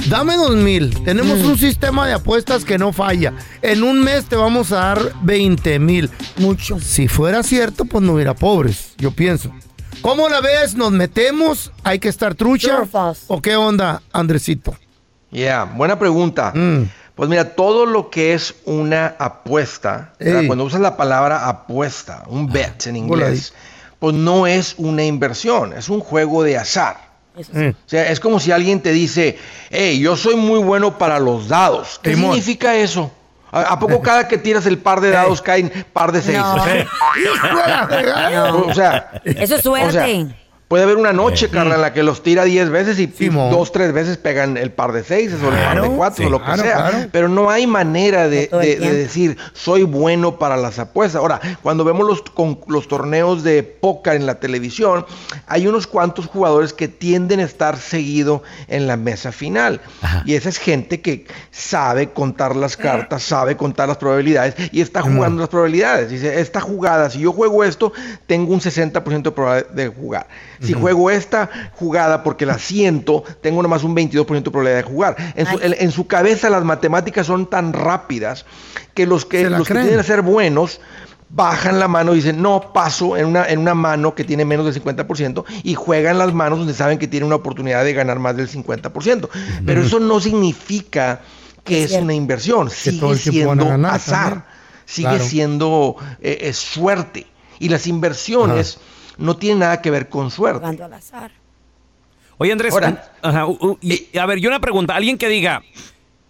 dame dos mil. Tenemos
Mm.
un sistema de apuestas que no falla. En un mes te vamos a dar 20 mil. Mucho. Si fuera cierto, pues no hubiera pobres, yo pienso. ¿Cómo la ves? ¿Nos metemos? ¿Hay que estar trucha? ¿O qué onda, Andresito?
Yeah, buena pregunta.
Mm.
Pues mira, todo lo que es una apuesta, ¿verdad?
Ey.
cuando usas la palabra apuesta, un bet en
hola ahí.
inglés, pues no es una inversión, es un juego de azar.
Mm.
O sea, es como si alguien te dice, hey, yo soy muy bueno para los dados. ¿Qué significa eso? ¿A, a poco cada que tiras el par de dados caen par de seis?
No. No.
O sea,
Eso es suerte.
o sea, puede haber una noche, carnal, en la que los tira 10 veces y y dos, tres veces pegan el par de seis o el par de cuatro o lo que
claro,
sea.
claro.
Pero no hay manera de,
todo el
de- de
tiempo.
decir, soy bueno para las apuestas. Ahora, cuando vemos los, con- los torneos de póker en la televisión, hay unos cuantos jugadores que tienden a estar seguido en la mesa final. Y esa es gente que sabe contar las cartas, sabe contar las probabilidades y está jugando las probabilidades. Dice, esta jugada, si yo juego esto, tengo un 60% de probabilidad de jugar. Si juego esta jugada porque la siento, tengo nomás un 22% de probabilidad de jugar. En su, en- en su cabeza las matemáticas son tan rápidas que los que,
Se la
los que
creen.
tienen que ser buenos bajan la mano y dicen, no, paso en una, en una mano que tiene menos del 50% y juegan las manos donde saben que tienen una oportunidad de ganar más del 50%. Pero eso no significa que es, una inversión, sigue
todo el tiempo van a
siendo
ganar también.
azar, sigue
Claro.
siendo eh, eh, suerte. Y las inversiones no tienen nada que ver con suerte.
Al azar.
Oye, Andrés,
Ahora-
un- ajá, u- u- y- a ver, yo una pregunta. Alguien que diga,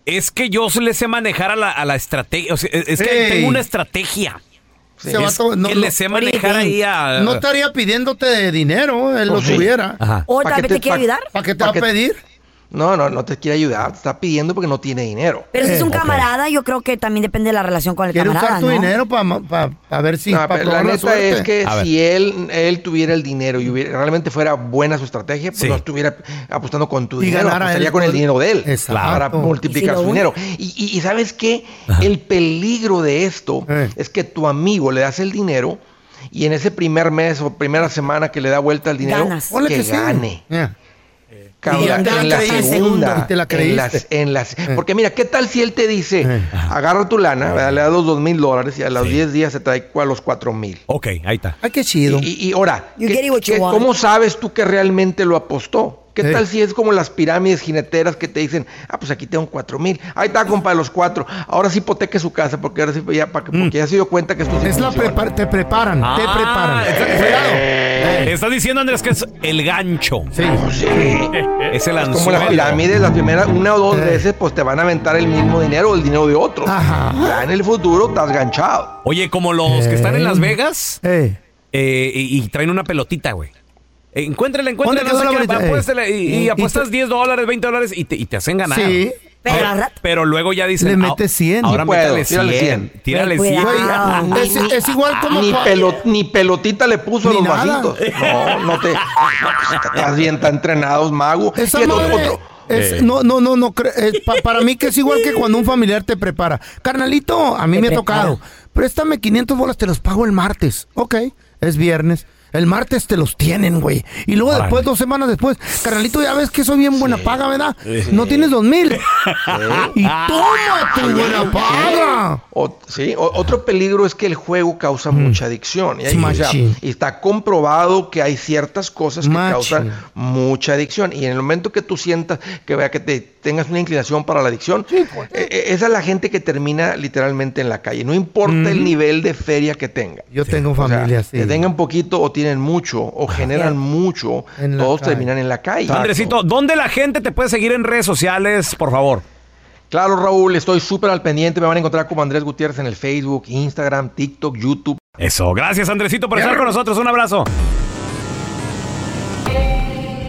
es que yo le sé manejar a la, a la estrategia. o sea, e, es es que
Ey.
tengo una estrategia.
Ese
Es
vato,
que le sé manejar ahí a...
No estaría pidiéndote dinero, él lo
Pues sí.
tuviera.
Ajá.
¿O
¿Para
tal
qué
vez te
te-
quiere
para-
ayudar?
¿Para qué te va a pedir?
No, no, no te quiere ayudar, te está pidiendo porque no tiene dinero.
Pero si es un camarada, yo creo que también depende de la relación con el
Quiere
camarada,
usar tu
¿no?
dinero para ver si...
No,
pa
pero la
probar
neta
suerte.
es que si él, él tuviera el dinero y hubiera- realmente fuera buena su estrategia, pues
Sí.
no estuviera apostando con tu
Y
dinero,
ganara
apostaría
él
con el
con-
dinero de él
Exacto.
para multiplicar
Y si
su
lo
dinero. Y, y- y ¿sabes qué? El peligro de esto es que tu amigo le das el dinero y en ese primer mes o primera semana que le da vuelta el dinero,
Ganas. Ponle
que
que sí.
gane.
Yeah.
Cabrón,
Y ya te la
en la
creíste.
segunda.
Y te la
en las-
creíste. Eh.
en las- porque mira, ¿qué tal si él te dice, agarra tu lana, ¿verdad? le da los dos mil dólares y a los 10 días se trae a los cuatro mil?
Ok, ahí está.
Ay, qué chido.
Y, y- y ahora,
You
¿qué-
get it what you
qué-
want.
¿cómo sabes tú que realmente lo apostó? ¿Qué
Eh.
tal si es como las pirámides jineteras que te dicen, ah, pues aquí tengo cuatro mil, ahí está, compa, los cuatro, ahora sí hipoteque su casa porque ahora sí, ya, para que- porque ya se dio cuenta que esto sí
Mm. Es la
funciona".
prepar- te preparan, te
Ah,
preparan.
Eh.
Eh.
Estás diciendo, Andrés, que es el gancho. Ah,
Sí.
Es el
Es
anzuelo.
como las pirámides, las primeras una o
Eh.
dos veces, pues te van a aventar el mismo dinero o el dinero de otro. Ya en el futuro estás ganchado.
Oye, como los que están en Las Vegas eh, y, y traen una pelotita, güey. Eh, Encuéntrala, encuéntrala,
Ponle que
no sé
dólar
qué,
veinte,
apuéstala, y,
eh.
y
Y
apuestas 10 dólares, 20 dólares y te, y te hacen ganar.
Sí.
Pero,
Pero al rato-
pero luego ya dicen...
Le
"Ah,
mete 100.
Ahora
No puedo,
métale
tírale
100.
100.
Tírale
Güey,
100.
cuidado. Es- es igual como
Ah, Ni,
cua-
pelo- ni pelotita le puso a
Ni
los
nada.
vasitos. No, no te. no, estás bien tan entrenados, mago.
Esa
Y el
madre es-
Eh.
no, no, no, no. cre- eh, pa- para mí que es igual que cuando un familiar te prepara. Carnalito, a mí
Te
me ha
prepara.
tocado. Préstame 500 bolas, te los pago el martes. Ok, es viernes. El martes te los tienen, güey. Y luego
Órale.
después, dos semanas después, carnalito, ya ves que soy bien buena paga, ¿verdad?
Sí.
No tienes dos mil. Y
Ah,
toma tu buena paga. Mm.
O- sí, o- otro peligro es que el juego causa mucha adicción. Y, hay-
Sí,
o sea,
machín.
y está comprobado que hay ciertas cosas que
Machín.
causan mucha adicción. Y en el momento que tú sientas que vea que te tengas una inclinación para la adicción,
pues,
eh, eh, esa es la gente que termina literalmente en la calle. No importa el nivel de feria que tenga.
Yo tengo
O sea,
familia,
Que
sí.
tengan poquito o tienen mucho o generan mucho,
En la
todos
calle.
terminan en la calle.
Andresito, ¿dónde la gente te puede seguir en redes sociales, por favor?
Claro, Raúl, estoy súper al pendiente. Me van a encontrar como Andrés Gutiérrez en el Facebook, Instagram, TikTok, YouTube.
Eso, gracias Andresito por estar con nosotros. Un abrazo.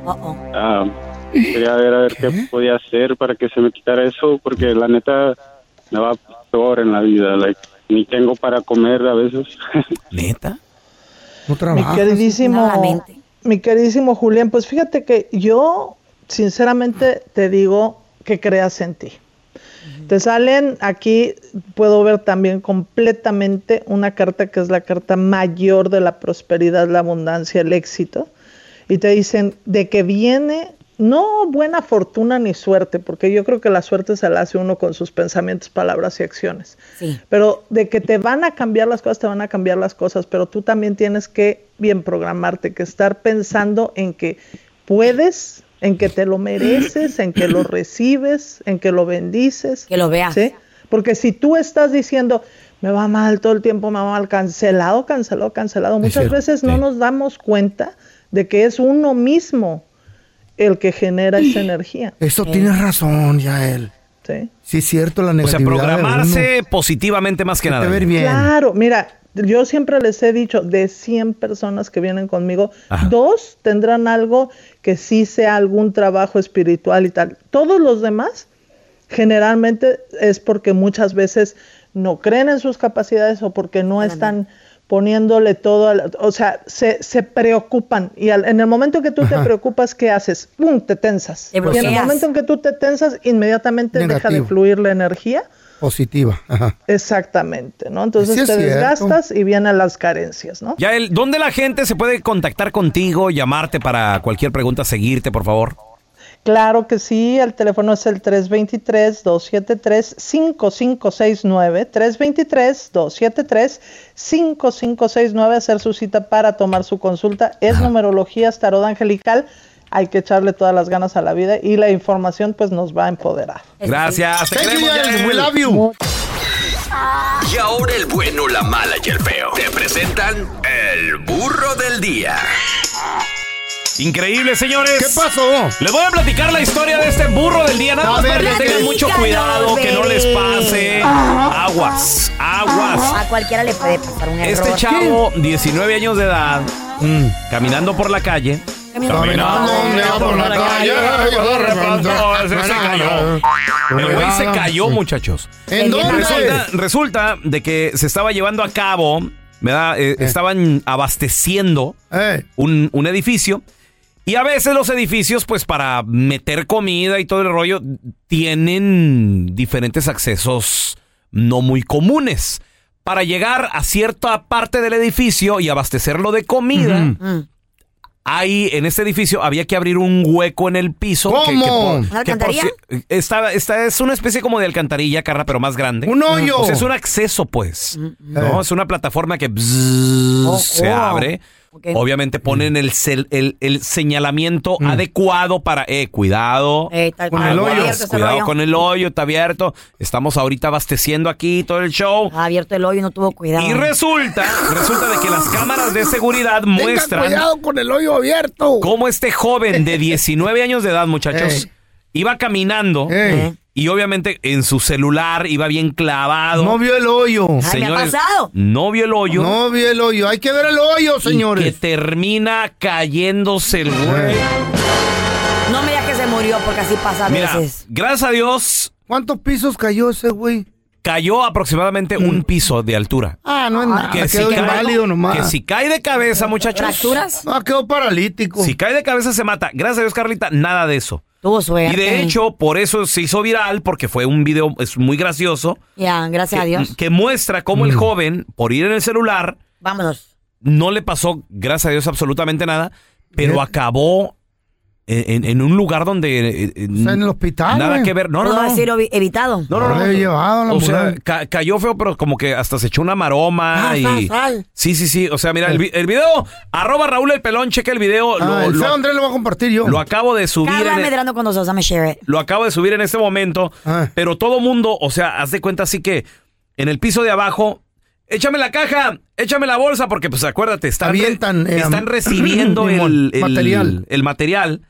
Ah, quería ver a ver qué podía hacer para que se me quitara eso, porque la neta me va peor en la vida, like, ni tengo para comer a veces.
¿Neta?
Mi queridísimo, mi queridísimo Julián, pues fíjate que yo sinceramente te digo que creas en ti. Te salen aquí, puedo ver también completamente una carta que es la carta mayor de la prosperidad, la abundancia, el éxito. Y te dicen de que viene no buena fortuna ni suerte, porque yo creo que la suerte se la hace uno con sus pensamientos, palabras y acciones. Pero de que te van a cambiar las cosas, te van a cambiar las cosas, pero tú también tienes que bien programarte, que estar pensando en que puedes, en que te lo mereces, en que lo recibes, en que lo bendices. Que lo veas. Porque si tú estás diciendo, me va mal todo el tiempo, me va mal, cancelado, cancelado, cancelado. Muchas
cierto,
veces no nos damos cuenta de que es uno mismo el que genera esa energía.
Eso tienes razón, Yael.
Sí.
Sí, es cierto, la
O
negatividad.
sea,
de
programarse positivamente más que nada.
Claro, mira, yo siempre les he dicho, de 100 personas que vienen conmigo, dos tendrán algo que sí sea algún trabajo espiritual y tal. Todos los demás generalmente es porque muchas veces no creen en sus capacidades o porque no están poniéndole todo, al- o sea, se, se preocupan y al- en el momento que tú te
Ajá.
preocupas, ¿qué haces? ¡Pum! Te tensas.
Te
y en el
bloqueas.
momento en que tú te tensas, inmediatamente deja de
Negativo.
fluir la energía.
uno. Positiva. Ajá.
Exactamente, ¿no? Entonces
Sí, es
te
cierto.
desgastas y vienen las carencias, ¿no?
Yael, ¿dónde la gente se puede contactar contigo, llamarte para cualquier pregunta, seguirte, por favor?
Claro que sí, el teléfono es el 323-273-5569, 323-273-5569, hacer su cita para tomar su consulta. Es numerología, es tarot angelical, hay que echarle todas las ganas a la vida y la información pues nos va a empoderar.
Gracias. te
Thank you,
queremos,
Yael.
Yael.
We love you.
Y ahora el bueno, la mala y el feo. Te presentan el burro del día.
Increíble, señores. ¿Qué
pasó?
Les voy a platicar la historia de este burro del día. Nada
A
más
ver,
para que tengan
platícanos,
mucho cuidado, que no les
bebé.
pase.
Ajá.
Aguas, aguas.
A cualquiera le puede pasar un error.
Este chavo, 19 años de edad,
Mm.
caminando por la calle.
Caminando
Ah,
por la calle, yo de repente se cayó. El güey se cayó, muchachos.
¿En dónde?
Resulta, resulta de que se estaba llevando a cabo, ¿verdad? Eh, Estaban abasteciendo
Eh.
un, un edificio. Y a veces los edificios, pues para meter comida y todo el rollo, tienen diferentes accesos no muy comunes. Para llegar a cierta parte del edificio y abastecerlo de comida,
Mm.
Mm.
Ahí, en este edificio, había que abrir un hueco en el piso. que- que
¿Cómo?
por-
¿Una
que por
alcantarilla?
si- esta, esta es una especie como de alcantarilla, carra, pero más grande.
¡Un hoyo! Eh.
O sea, es un acceso, pues. ¿no? Es una plataforma que bzzz, se
wow.
abre.
Oh, Ok. Mm.
Obviamente ponen el, cel- el- el señalamiento adecuado para, eh, cuidado.
Con Eh, cual. el hoyo. Está abierto ese
Cuidado
rollo.
con el hoyo, está abierto. Estamos ahorita abasteciendo aquí todo el show.
Estaba abierto el hoyo y no tuvo cuidado.
Y resulta, resulta de que las cámaras de seguridad muestran
cuidado
con el hoyo abierto. Cómo este joven de 19 años de edad, muchachos,
Ey.
iba caminando
Ey.
y obviamente en su celular iba bien clavado.
No vio el hoyo.
Señores, No vio el hoyo.
No vio el hoyo. Hay que ver el hoyo,
y
señores.
que termina cayéndose el güey.
No me digas que se murió porque así pasa a
Mira,
veces.
gracias a Dios
¿Cuántos pisos cayó ese güey?
cayó aproximadamente un piso de altura.
Mm. Ah, no es nada.
que, si
quedó inválido
cae,
nomás.
que si cae de cabeza, muchachos.
¿Fracturas?
No, quedó paralítico.
Si cae de cabeza, se mata. Gracias a Dios, Carlita, nada de eso.
Tuvo
Y
suerte.
de hecho, por eso se hizo viral, porque fue un video es muy gracioso,
Ya, gracias a Dios.
que muestra cómo
Mm.
el joven, por ir en el celular,
Vámonos.
no le pasó, gracias a Dios, absolutamente nada, pero acabó en, en- en un lugar donde... eh, eh,
en el hospital.
Nada
güey.
que ver. No,
Pudo
no, no.
haber sido evitado.
No, no, no.
Haber llevado a ah, la Ah,
o sea,
ambulancia.
ca- cayó feo, pero como que hasta se echó una maroma
Ay,
y...
ay, ay.
Sí, sí, sí. O sea, mira, el, vi- el video, arroba Raúl el Pelón, checa el video. lo-
Ah, el
lo,
feo Andrés lo va a compartir yo.
lo acabo de subir.
Carla
en el-
medrando con nosotros, dame share it.
lo acabo de subir en este momento,
Ah.
pero todo mundo, o sea, haz de cuenta así que en el piso de abajo, échame la caja, échame la bolsa, porque pues acuérdate, están, re-
Avientan, eh,
están
am-
recibiendo el,
Simón,
el-
material.
el material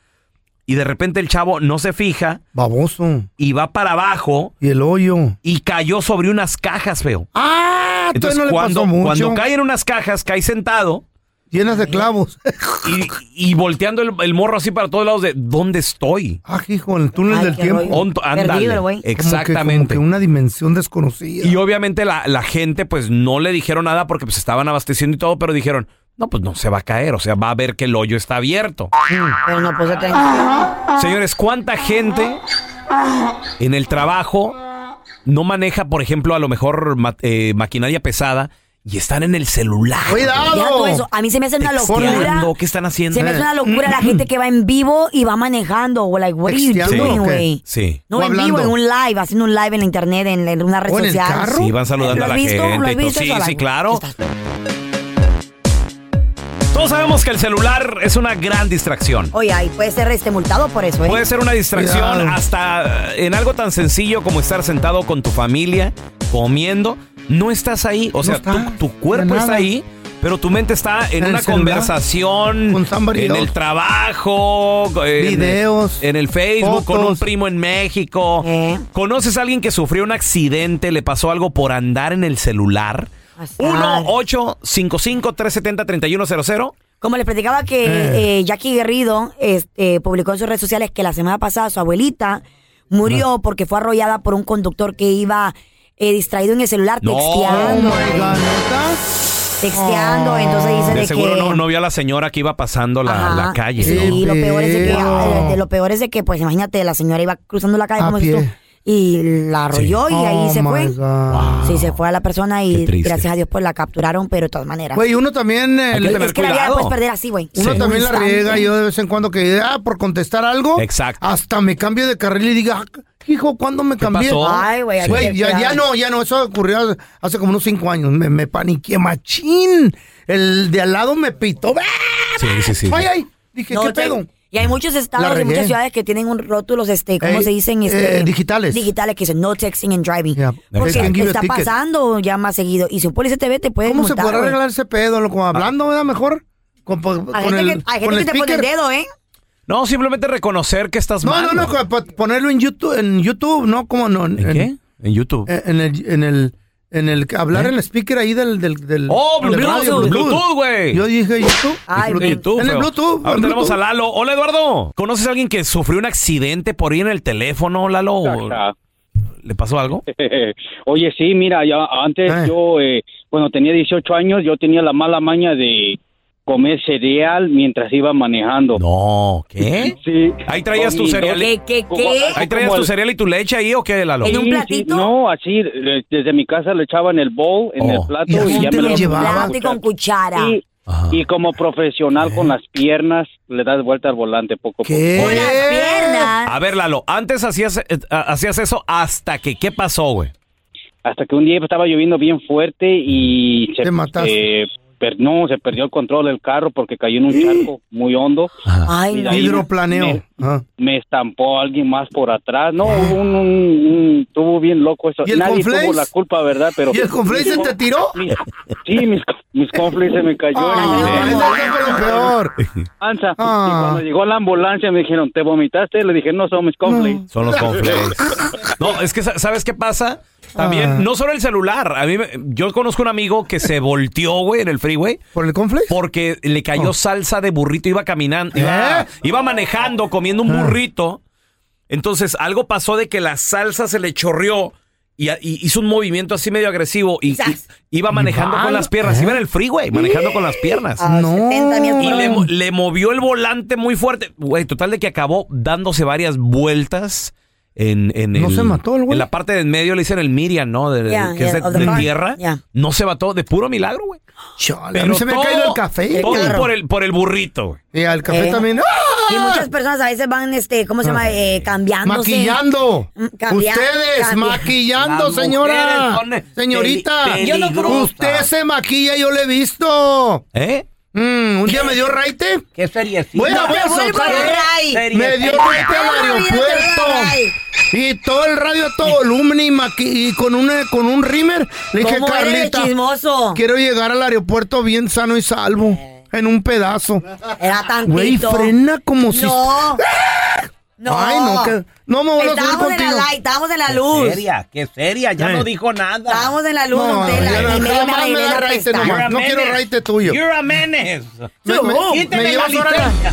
y de repente el chavo no se fija
Baboso.
y va para abajo
Y el hoyo.
y cayó sobre unas cajas, feo.
Ah, entonces
Entonces,
no le
cuando,
pasó mucho.
cuando cae en unas cajas, cae sentado.
Llenas de clavos.
Y, y volteando el, el morro así para todos lados de ¿dónde estoy?
Ah, hijo, en el túnel
Ay,
del
qué
tiempo.
rollo. Onto- ándale, Perdido el güey.
Como que-
exactamente.
Como que, una dimensión desconocida.
Y obviamente la, la gente pues no le dijeron nada porque pues estaban abasteciendo y todo, pero dijeron, no, pues no se va a caer, o sea, va a ver que el hoyo está abierto.
Pero no, pues te...
Señores, ¿cuánta gente en el trabajo no maneja, por ejemplo, a lo mejor ma- eh, maquinaria pesada y están en el celular?
Ya todo eso. A mí se me hace una locura.
Texteando, ¿Qué están haciendo?
Se me hace una locura la gente que va en vivo y va manejando. O like, what are you
Sí,
doing, güey?
Sí.
No, en vivo, en un live, haciendo un live en la internet, en, en una red
¿O en el
social.
carro? Sí, van saludando
¿Lo
a
has
la
visto?
gente
¿Lo has
y todo.
visto?
Sí,
Eso,
sí,
like,
claro. Todos sabemos que el celular es una gran distracción.
Oye, ahí puede ser este multado por eso, ¿eh?
Puede ser una distracción
Cuidado.
hasta eh, en algo tan sencillo como estar sentado con tu familia, comiendo, no estás ahí. O sea, tu, tu cuerpo
nada.
está ahí, pero tu mente está en,
En el
una
celular.
conversación,
somebody
en
else.
el trabajo, en,
Videos,
en el Facebook, con un
fotos. Eh.
primo en México. ¿Conoces a alguien que sufrió un accidente, le pasó algo por andar en el celular? 1-855-370-3100.
Como les platicaba que
Eh.
eh, Jackie Guerrido este, publicó en sus redes sociales que la semana pasada su abuelita murió porque fue arrollada por un conductor que iba eh, distraído en el celular
No. oh
texteando. Texteando, entonces dice de,
De seguro
que...
no, no vio a la señora que iba pasando la,
Ajá.
la calle.
Sí,
¿no?
lo peor es de que, ah, de- lo peor es de que, pues imagínate, la señora iba cruzando la calle,
A
como dices
pie.
tú, y la arrolló y ahí
Oh
se fue. Sí, se fue a la persona y
triste.
gracias a Dios pues la capturaron, pero de todas maneras.
Güey, uno también... eh, le-
es que la vida la puedes perder así, güey.
Uno
Sí.
también
Un
la
instante.
riega, yo de vez en cuando que, ah, por contestar algo, hasta me cambio de carril y diga, "Ah, hijo, ¿cuándo me cambié?
pasó? Ay, güey, hay que
ya,
esperar.
ya no, ya no, eso ocurrió hace como unos cinco años, me, me paniqué machín, el de al lado me pitó, ¡Ah!
Sí, sí, sí.
ay, ay, dije,
No,
¿qué
te-
pedo?
Y hay muchos
La
estados y
regué.
muchas ciudades que tienen un rótulos, este, ¿cómo
Ey,
se dicen? Este,
eh, digitales.
Digitales que dicen no texting and driving.
They can
Porque
give you
está
a ticket.
pasando ya más seguido. Y si un policía te ve, te puede
¿Cómo se
multar,
podrá
güey.
arreglar ese pedo, loco? Hablando, ¿verdad? Mejor. Con, po-
Hay
con
gente
el-
que, hay
con
gente
el
que te pone el
speaker.
dedo, ¿eh?
No, simplemente reconocer que estás
No,
mal.
no, no, co- po- ponerlo en YouTube, en YouTube, no, como no. ¿En, Eh,
qué? En YouTube. ¿Eh?
En el, en el, en el, que hablar en el speaker ahí del, del, del.
Oh,
del
Bluetooth,
radio,
Bluetooth, güey.
Yo dije YouTube.
Ay,
Bluetooth.
YouTube,
En el
feo.
Bluetooth.
Ahora
en
tenemos
Bluetooth.
a Lalo. Hola, Eduardo. ¿Conoces a alguien que sufrió un accidente por ir en el teléfono, Lalo? ¿O ¿Le pasó algo?
Oye, sí, mira, ya antes yo, eh, bueno, tenía 18 años, yo tenía la mala maña de comer cereal mientras iba manejando.
No, ¿qué?
Sí.
Ahí traías tu cereal. Ahí traías tu cereal y tu leche ahí o qué, Lalo?
Sí, sí, no, así, le- desde mi casa lo echaba en el bowl, en
Oh.
el plato y, ya me lo
Plato y con cuchara.
Sí. Y como profesional
Eh.
con las piernas le das vuelta al volante poco a poco.
A ver, Lalo, antes hacías, eh, hacías eso hasta que, ¿qué pasó, güey?
Hasta que un día estaba lloviendo bien fuerte y se, eh, per- no, se perdió el control del carro porque cayó en un
¿Eh?
charco muy hondo.
Ay,
Y de ahí
hidroplaneo.
me-
Ajá.
me estampó alguien más por atrás. No, hubo un, un- un- estuvo bien loco eso.
¿Y el
Nadie
cornflakes?
tuvo la culpa, ¿verdad? Pero pues,
¿Y el cornflakes se te tiró?
Mis- Sí, mis, mis cornflakes se me cayó.
Ah,
en el-
eso fue lo peor.
Anza.
Ah.
Y cuando llegó la ambulancia me dijeron, ¿te vomitaste? Le dije, no, son mis cornflakes.
Son los cornflakes. No, es que sa- ¿sabes qué pasa? También,
Ah.
no solo el celular. A mí, me- yo conozco un amigo que se volteó, güey, en el freeway.
¿Por el conflicto? Oh.
Porque le cayó salsa de burrito, iba caminando,
Ah.
iba, iba manejando, comiendo un burrito. Entonces, algo pasó de que la salsa se le chorreó y, a- y hizo un movimiento así medio agresivo y, y- iba manejando con las piernas. Iba en el freeway, manejando con las piernas.
Ah.
Y le, mo- le movió el volante muy fuerte. Güey, total de que acabó dándose varias vueltas en, en
No
el-
se mató el güey.
En la parte de en medio le dicen el Miriam, ¿no? De-
Yeah,
que
yeah,
es de,
of the
de
car.
tierra.
Yeah.
No se mató, de puro milagro, güey.
Chale, a mí se me ha caído el café.
Todo
Claro.
por el, por el burrito, güey.
Y al café
Eh.
también.
Y muchas personas a veces van, este, ¿cómo se llama? Eh, cambiándose.
Maquillando.
Mm, cambiando,
Ustedes
cambiando.
maquillando,
Las
señora.
mujeres son
Señorita.
peli-
Yo no creo-
peligrosas.
Usted se maquilla, yo le he visto. Mm,
¿Eh?
un día me dio raite.
¿Qué serie?
Bueno,
No
voy a
te vuelvo
soltar,
a ver
¿eh?
ahí.
Me dio
Seriecito.
raite al
Toda la vida te voy a
aeropuerto.
dar ahí.
Y todo el radio a todo volumen y, maqui- y con un con un rimer. Le dije,
¿Cómo eres de
Carlita,
chismoso?
quiero llegar al aeropuerto bien sano y salvo. En un pedazo.
Era tantito.
Güey, frena como si. ¡Eh!
No. No.
Ay, no, que- no me voy a subir
Estábamos en la
contigo.
light, estábamos en la
Qué
luz.
Seria, qué seria, ya
Eh.
no dijo nada.
Estábamos en la luz,
No,
don Tela,
ya no,
y medio
jamás
me
me
arreglé
da
la
raite
pestaña.
nomás, no quiero raite tuyo.
You're a menace.
Me- me-
uh,
Quíteme
me
la
llevas ahora la-
licencia.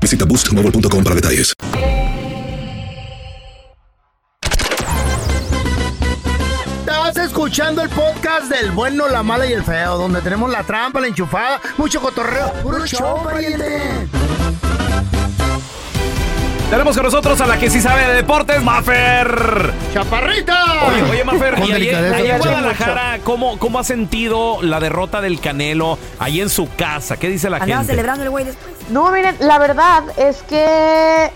Visita boostmobile.com para detalles.
Estás escuchando el podcast del bueno, la mala y el feo, donde tenemos la trampa, la enchufada, mucho cotorreo. ¡Puro show, pariente!
Tenemos con nosotros a la que sí sabe de deportes, Maffer.
¡Chaparrita!
Oye, oye Mafer,
Con
y ayer,
delicadeza,
ayer en
mucho.
Guadalajara, ¿cómo, ¿cómo ha sentido la derrota del Canelo ahí en su casa? ¿Qué dice la
Andaba
gente?
celebrando el güey después.
No, miren, la verdad es que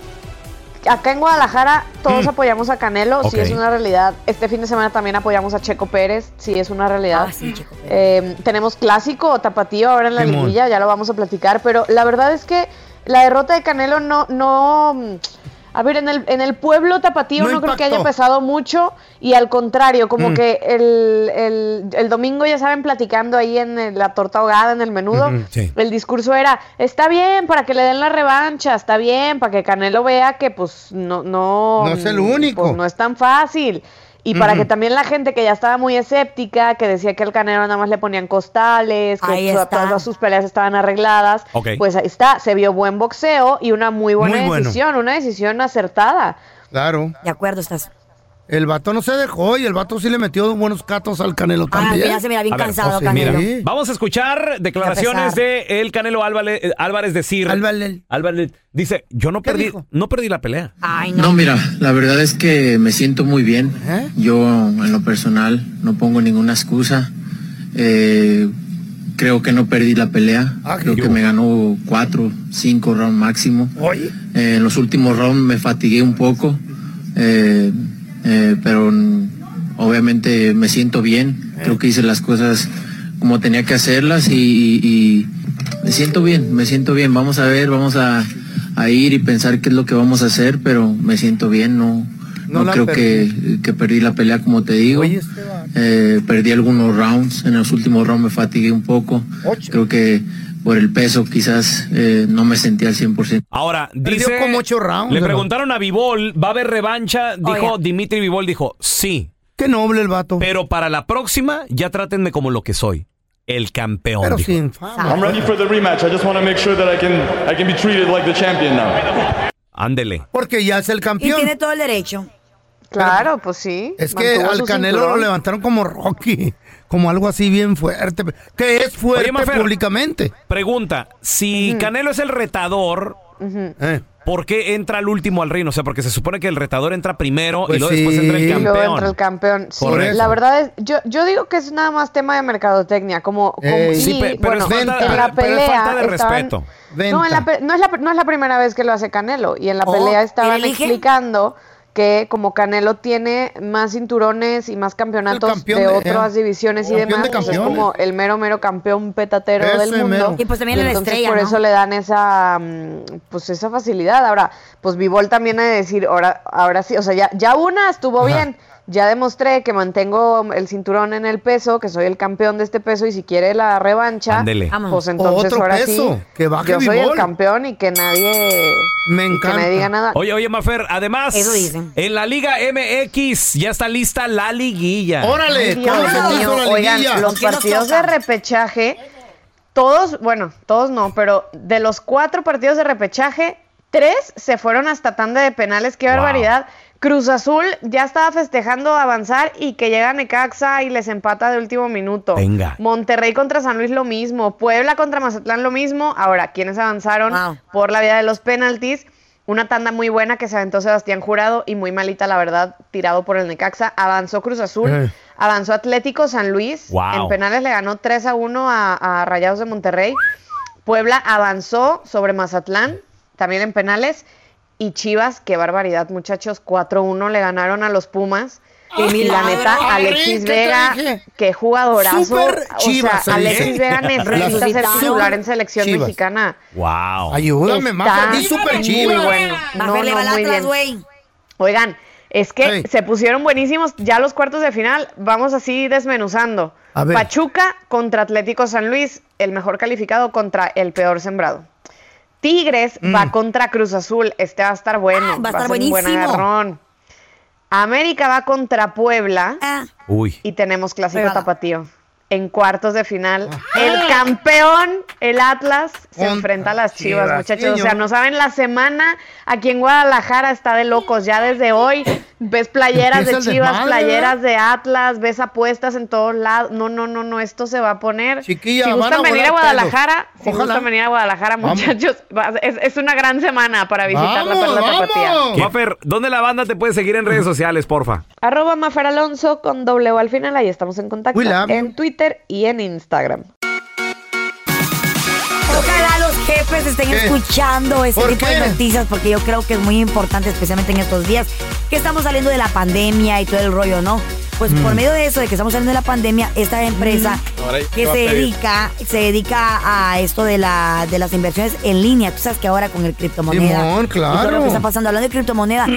acá en Guadalajara todos apoyamos a Canelo, sí
Ok.
es una realidad. Este fin de semana también apoyamos a Checo Pérez, sí es una
Ah,
realidad. Eh, tenemos clásico tapatío ahora en la
Simón.
liguilla, ya lo vamos a platicar, pero la verdad es que la derrota de Canelo no, no mm, a ver, en el, en el pueblo tapatío no,
No
creo que
impactó.
haya pesado mucho y al contrario, como
Mm.
que el, el- el domingo ya saben platicando ahí en el- la torta ahogada, en el menudo,
Ujú, sí.
el discurso era, está bien para que le den la revancha, está bien para que Canelo vea que pues no... No,
No es el único.
pues, no es tan fácil. Y para
Ujú.
que también la gente que ya estaba muy escéptica, que decía que al Canelo nada más le ponían costales, que
Ahí
su-
está.
todas sus peleas estaban arregladas,
Ok.
pues ahí está, se vio buen boxeo y una muy buena
Muy bueno.
decisión, una decisión acertada.
Claro.
De acuerdo estás.
El vato no se dejó y el vato sí le metió buenos catos al Canelo también.
ya se Ah, mira bien
A ver,
cansado,
pues, mira,
Canelo.
vamos a escuchar declaraciones
pesar.
de el Canelo Álvarez, eh, Álvarez decir. Álvarez. Dice, yo no perdí, no perdí la pelea.
Ay,
No, mira, la verdad es que me siento muy bien. Yo en lo personal no pongo ninguna excusa. Eh, creo que no perdí la pelea. creo que me ganó cuatro, cinco rounds máximo. Eh, en los últimos rounds me fatigué un poco, eh, eh, pero mm, obviamente me siento bien. Creo que hice las cosas como tenía que hacerlas y, y- y me siento bien, me siento bien. Vamos a ver, vamos a, a ir y pensar qué es lo que vamos a hacer, pero me siento bien, no,
No
no,
la
creo que, que perdí la pelea como te digo. Eh, perdí algunos rounds, en los últimos rounds me fatigué un poco. Creo que por el peso quizás eh, no me sentí al 100%.
Ahora,
Perdió
dice.
como ocho rounds,
Le
¿no?
preguntaron a Vivol, ¿va a haber revancha? Dijo
Oye.
Dimitri Vivol, dijo, sí. Qué noble el vato. Pero para la próxima, ya trátenme como lo que soy. El campeón. dijo.
I'm ready for the rematch. I just want to make sure that I can I can be treated like the champion now.
Ándele.
Porque ya es el
Y
campeón.
tiene todo el derecho.
Claro, pues sí.
Es que al Canelo lo levantaron como Rocky, como algo así bien fuerte, que es fuerte
Oye, Mafer.
públicamente.
Pregunta, si Canelo es el retador, ¿por qué entra al último al reino? O sea, porque se supone que el retador entra primero
Pues
y luego después
sí.
entra el
Y
Y
campeón.
luego entra el campeón. Sí,
Por eso.
la verdad es, yo, yo digo que es nada más tema de mercadotecnia, como, como-
Ey. Eh, Sí,
y,
pe- pero es
bueno,
falta-
en la
pero es
pelea
falta de
estaban-
respeto.
No, en la pe- no es la, no es la primera vez que lo hace Canelo y en la
Oh,
pelea estaban
¿él elige?
explicando que como Canelo tiene más cinturones y más campeonatos
campeón
de
de-
otras
eh,
divisiones y
campeón
demás,
de
pues es
campeones.
como el mero mero campeón petatero
Ese
del mundo.
mero. Y pues también era la
entonces
estrella,
por
¿no?
eso le dan esa mm, pues esa facilidad. Ahora, pues Bivol también ha de decir, ahora, ahora sí, o sea, ya, ya una estuvo bien. Ya demostré que mantengo el cinturón en el peso, que soy el campeón de este peso y si quiere la revancha,
Ándele.
pues
Vámonos.
entonces
Otro
ahora
peso,
sí,
que baje
yo soy el
Bivol.
campeón y que nadie
Me
y que nadie diga nada.
Oye, oye, Mafer, además,
Eso dicen.
en la Liga MX ya está lista la liguilla.
Ay, Dios mío, oigan, los partidos de repechaje, todos, bueno, todos no, pero de los cuatro partidos de repechaje, tres se fueron hasta tanda de penales, qué barbaridad. Cruz Azul ya estaba festejando avanzar y que llega Necaxa y les empata de último minuto.
Venga.
Monterrey contra San Luis lo mismo, Puebla contra Mazatlán lo mismo. Ahora, quienes avanzaron
Wow.
por la vía de los penaltis? Una tanda muy buena que se aventó Sebastián Jurado y muy malita, la verdad, tirado por el Necaxa. Avanzó Cruz Azul,
Eh.
avanzó Atlético San Luis.
Wow.
En penales le ganó 3 a 1 a, a Rayados de Monterrey. Puebla avanzó sobre Mazatlán, también en penales. Y Chivas, qué barbaridad, muchachos, 4-1 le ganaron a los Pumas. Y la neta, Alexis Vega, qué jugadorazo.
Súper
O sea,
Chivas, ¿eh?
Alexis Vega necesita ser
Resucitado.
titular en selección
Chivas.
mexicana.
Wow.
Ayúdame,
Está
más. Di super chiva.
Muy bueno. No,
Rafael
no,
Levalatlas,
muy bien.
güey.
Oigan, es que se pusieron buenísimos ya los cuartos de final. Vamos así desmenuzando.
A ver.
Pachuca contra Atlético San Luis, el mejor calificado contra el peor sembrado. Tigres
Mm.
va contra Cruz Azul, este va a estar bueno.
Ah, va a estar
ser un buen
buenísimo.
agarrón. América va contra Puebla.
Ah.
Uy.
Y tenemos clásico
Fregada.
tapatío. En cuartos de final,
Ah.
el campeón, el Atlas, se enfrenta a las
ah,
Chivas,
Chivas,
muchachos. O sea,
niño.
no saben, la semana aquí en Guadalajara está de locos. Ya desde hoy ves playeras de
Empieza el
Chivas,
desmadre,
playeras de Atlas, ves apuestas en todos lados. No, no, no, no, esto se va a poner.
Chiquilla,
si
van
gustan
a
venir a
volar pelos.
Guadalajara, si
Ojalá.
gustan venir a Guadalajara,
Vamos.
muchachos, va- es, es una gran semana para visitar la Perla Tapatía.
Mafer, ¿dónde la banda te puede seguir en redes sociales, porfa?
Arroba Mafer Alonso con doble O al final, ahí estamos en contacto.
We love
En Twitter y en Instagram.
Ojalá los jefes estén
¿Qué?
escuchando ese
¿Por
tipo
qué?
de noticias porque yo creo que es muy importante, especialmente en estos días que estamos saliendo de la pandemia y todo el rollo, ¿no? Pues
Mm.
por medio de eso, de que estamos saliendo de la pandemia, esta
Mm.
empresa
Ahora, ¿qué
que
va a
se
pedir?
dedica, se dedica a esto de, la, de las inversiones en línea. Tú sabes que ahora con el criptomoneda
Simón,
y todo lo
claro.
que está pasando, hablando de criptomoneda,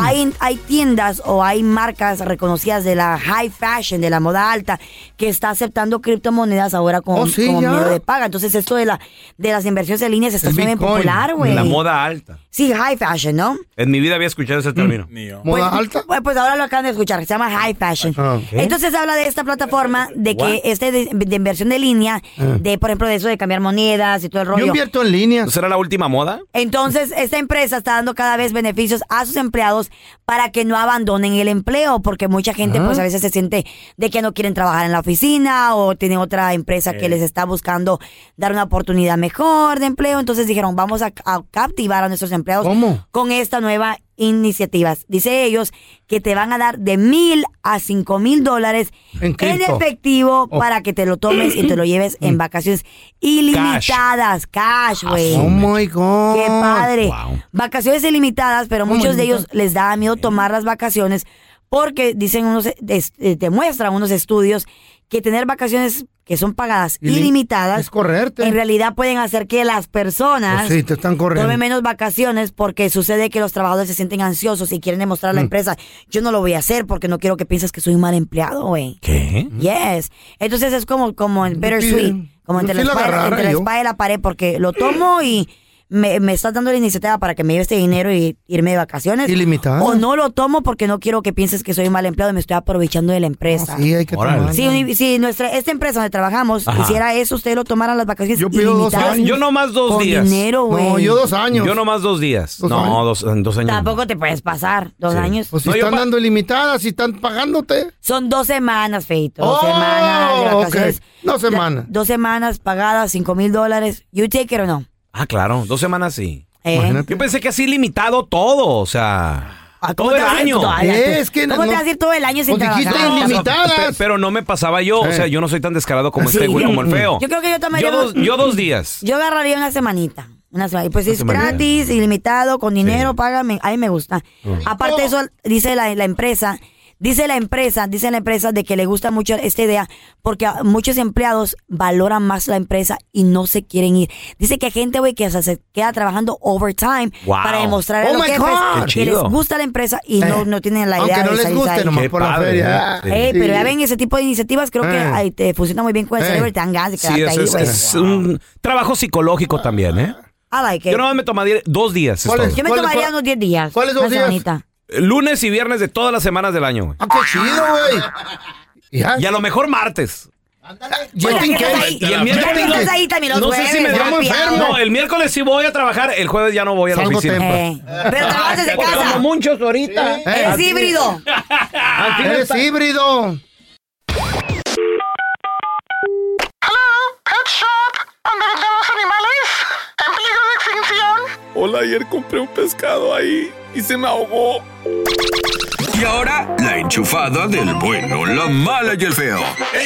hay, hay tiendas o hay marcas reconocidas de la high fashion, de la moda alta, que está aceptando criptomonedas ahora con,
Oh, sí,
como
ya.
medio de paga. Entonces, esto de, la, de las inversiones en
Pues
línea se está
El
haciendo bien
Bitcoin.
popular, güey.
La moda alta.
Sí, high fashion, ¿no?
En mi vida había escuchado ese término.
Pues- Pues, pues ahora lo acaban de escuchar, se llama High Fashion. Entonces habla de esta plataforma, de que
Ah, What?
este de, de inversión de línea,
Ah.
de por ejemplo de eso de cambiar monedas y todo el rollo.
en línea. ¿Será ¿Pues la última moda?
Entonces, esta empresa está dando cada vez beneficios a sus empleados para que no abandonen el empleo, porque mucha gente
Ah.
pues a veces se siente de que no quieren trabajar en la oficina o tienen otra empresa que
Eh.
les está buscando dar una oportunidad mejor de empleo. Entonces dijeron, vamos a, a captivar a nuestros empleados con esta nueva iniciativa. Dice ellos que te van a dar de mil a cinco mil dólares en,
cripto.
efectivo
Oh.
para que te lo tomes y te lo lleves en vacaciones ilimitadas, cash, güey.
Oh my God.
Qué padre.
Wow.
Vacaciones ilimitadas, pero
¿Cómo
muchos de ellos
ilimitadas?
les da miedo tomar las vacaciones porque dicen unos, es- eh, te muestran unos estudios que tener vacaciones que son pagadas
Ilim-
ilimitadas,
es correrte.
en realidad pueden hacer que las personas
Pues sí, te están corriendo.
tomen menos vacaciones porque sucede que los trabajadores se sienten ansiosos y quieren demostrar a la
Mm.
empresa, yo no lo voy a hacer porque no quiero que pienses que soy un mal empleado, güey.
¿Qué?
Yes. Entonces es como, como en bittersweet, como entre,
yo sí
la,
la
espada,
agarrara
entre la
yo.
espada y la pared, porque lo tomo y me, me estás dando la iniciativa para que me lleve este dinero y irme de vacaciones.
Ilimitada.
O no lo tomo porque no quiero que pienses que soy un mal empleado y me estoy aprovechando de la empresa.
Ah, Sí, hay que
Órale.
tomar.
Si, uni- si nuestra, esta empresa donde trabajamos
Ajá.
hiciera eso, ustedes lo tomaran las vacaciones
Yo pido dos
ilimitadas
años. Yo nomás dos
con
días.
dinero, güey.
Yo nomás dos días.
Dos
no,
años.
Dos, dos años.
Tampoco te puedes pasar dos años.
Pues si están dando ilimitadas, si están pagándote.
Son dos semanas, Feito. Dos
Oh,
semanas de
ok.
vacaciones.
Dos
Ya-
semanas.
Dos semanas pagadas, cinco mil dólares. ¿You take it o no?
Ah, claro. Dos semanas sí.
Eh. Imagínate.
Yo pensé que así limitado todo, o sea.
Ah,
todo
¿Cómo te
el
vas a ir
año.
todo el año? ¿Cómo te vas a ir todo el año sin
pues
trabajar?
Pe- Pero no me pasaba yo. O sea, yo no soy tan descarado como este güey, como el feo.
Yo creo que yo tomaría...
Yo dos- yo dos días.
Yo agarraría una semanita. Una semana. Y pues
Una
es
semanita.
gratis, ilimitado, con dinero, págame. A mí me gusta.
Mm.
Aparte de eso, dice la, la empresa... Dice la empresa, dice la empresa de que le gusta mucho esta idea porque a muchos empleados valoran más la empresa y no se quieren ir. Dice que hay gente, güey, que hasta se queda trabajando overtime
Wow.
para demostrar a
Oh
los
my
jefes
God. Qué
que les
chido.
gusta la empresa y
Eh.
no, no tienen la
Aunque
idea
no
de
les
salir
guste,
ahí.
nomás Qué por la padre, feria. ¿eh?
Ey,
Sí.
Pero ya ven ese tipo de iniciativas, creo que
Eh.
ay, te funciona muy bien con el
Eh.
cerebro y te dan ganas de
Sí,
quedarte
es,
ahí,
es-
güey.
es un trabajo psicológico también, ¿eh?
I like it.
Yo nomás me tomaría dos días. es
¿Cuál es-
todo.
Yo me tomaría unos 10 días.
cuáles dos
una
días?
semanita.
Lunes y viernes de todas las semanas del año, güey.
Ah, qué chido, güey.
Y a lo mejor martes.
Just in case.
Pues, Y el
Ya que
miércoles.
estás ahí, también los
No sé
jueves,
si me
ya
llamo
fiado.
enfermo. No, el miércoles sí voy a trabajar, el jueves ya no voy a la
Salgo
oficina.
temprano. Pero trabajas desde
Como
casa.
muchos ahorita.
Eres híbrido. Ah,
Eres Ah, híbrido.
Pet Shop, donde vendemos animales en peligro de extinción.
Hola, ayer compré un pescado ahí y se me ahogó.
Y ahora, la enchufada del bueno, la mala y el feo.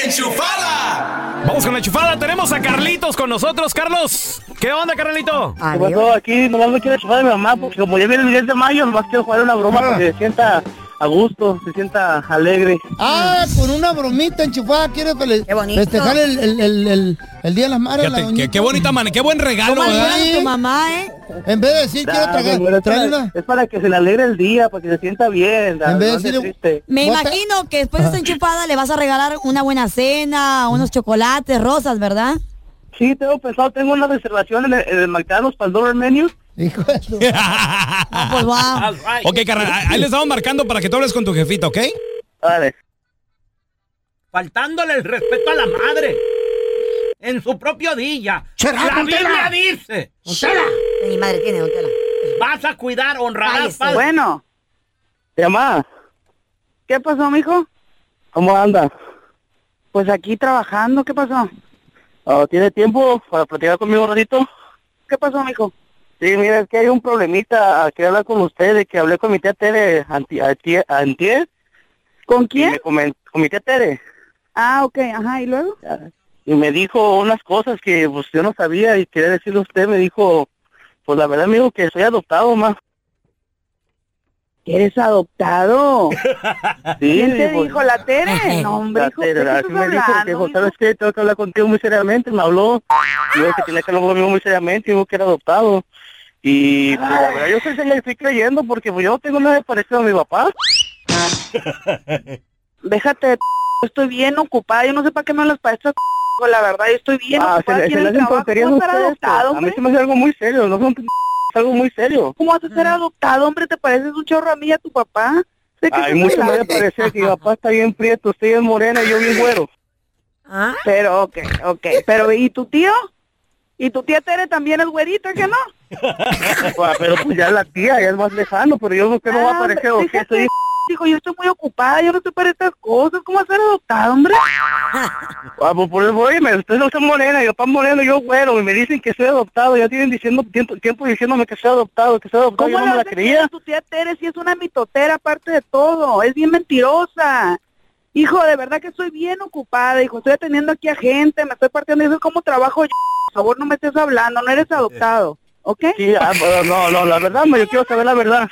¡Enchufada! Eh. Vamos con la enchufada. Tenemos a Carlitos con nosotros. Carlos, ¿qué onda, Carlito?
Ah.
¿Qué pasó? Aquí nomás me quiero chupar a mi mamá porque como ya viene el 10 de mayo, nomás quiero jugar una broma para que se sienta a gusto, se sienta alegre.
Ah, con una bromita enchufada, quiero que le festejar el, el, el, el- el Día de las Madres. a la
Fíjate,
doñita.
qué, qué bonita man, qué buen regalo,
Toma el
¿verdad?
buena tu
mamá, ¿eh?
En vez de decir,
Nah,
quiero tragar,
güey, es,
traer
para,
una...
es para que se le alegre el día, para que se sienta bien. nah,
En vez de
no ande
decirle-
triste.
Me imagino que después de esta enchufada le vas a regalar una buena cena, unos chocolates, rosas, ¿verdad?
Sí, tengo pensado, tengo una reservación en el, en el McDonald's para el Dollar Menu.
pues
va.
Ok, carnal, ahí- ahí le estamos marcando para que tú hables con tu jefita, ¿ok?
Vale.
Faltándole el respeto a la madre. En su propio día.
Chela,
la
don Tela.
Biblia dice.
Mi madre tiene, don Tela.
Vas a cuidar, honrar
Cállese. Bueno. Llamada. ¿Qué pasó, mijo? ¿Cómo anda? Pues aquí trabajando, ¿qué pasó? Ah, ¿Tiene tiempo para platicar conmigo un ratito? ¿Qué pasó, mijo? Sí, mira, es que hay un problemita. ah, Quería hablar con usted de que hablé con mi tía Tere anti- anti- antier. ¿Con quién? con mi tía Tere.
Ah, ok, ajá, ¿y luego?
y me dijo unas cosas que pues yo no sabía y quería decirle a usted, me dijo, pues la verdad me dijo que soy adoptado, ma.
¿Eres adoptado?
Sí,
¿Quién te
pues,
dijo la Tere? No, hombre,
la
hijo, ¿qué
Tere,
estás
así me dijo, que,
hablando?
dijo, ¿sabes qué? Tengo que hablar contigo muy seriamente, me habló, me dijo que tenía que hablar conmigo muy seriamente, y dijo que era adoptado. Y pues, la verdad yo sí se le estoy creyendo porque pues, yo no tengo nada parecido a mi papá.
Déjate, de- yo estoy bien ocupada, yo no sé para qué me hablas para esto, la verdad, yo estoy bien
Ah, se
ocupada
le,
aquí
se
en
le
el
hacen
trabajo,
tonterías a
¿cómo vas a ser
ustedes, pues.
adoptado,
A mí
hombre?
se me hace algo muy serio, no son p- es algo muy serio.
¿Cómo vas a ser adoptado, hombre? ¿Te pareces un chorro a mí y a tu papá? Sé que
Ay,
son
mucho me
similares.
debe parecer que mi papá está bien prieto, usted bien morena y yo bien güero.
Pero, ok, ok. Pero, ¿y tu tío? ¿Y tu tía Tere también es güerita, que no?
Ah, pero pues ya la tía, ya es más lejano, pero yo creo que no va a
Ah, hombre,
parecer o qué
fíjate,
estoy...
Dijo, yo estoy muy ocupada, yo no estoy para estas cosas. ¿Cómo vas a ser adoptado, hombre?
Ah, pues por eso, oye, me- ustedes no son morena, yo papá es moreno, yo güero, y me dicen que soy adoptado, ya tienen diciendo tiempo, tiempo diciéndome que soy adoptado, que soy adoptado, yo
¿Cómo
no
le
me la
vas a creer a
creía.
tu tía Tere si es una mitotera aparte de todo? Es bien mentirosa. Hijo, de verdad que estoy bien ocupada, hijo. Estoy atendiendo aquí a gente, me estoy partiendo. Eso es como trabajo yo. Por favor, no me estés hablando, no eres adoptado. ¿Ok?
Sí, ah, pero no, no, la verdad, me- yo quiero saber la verdad.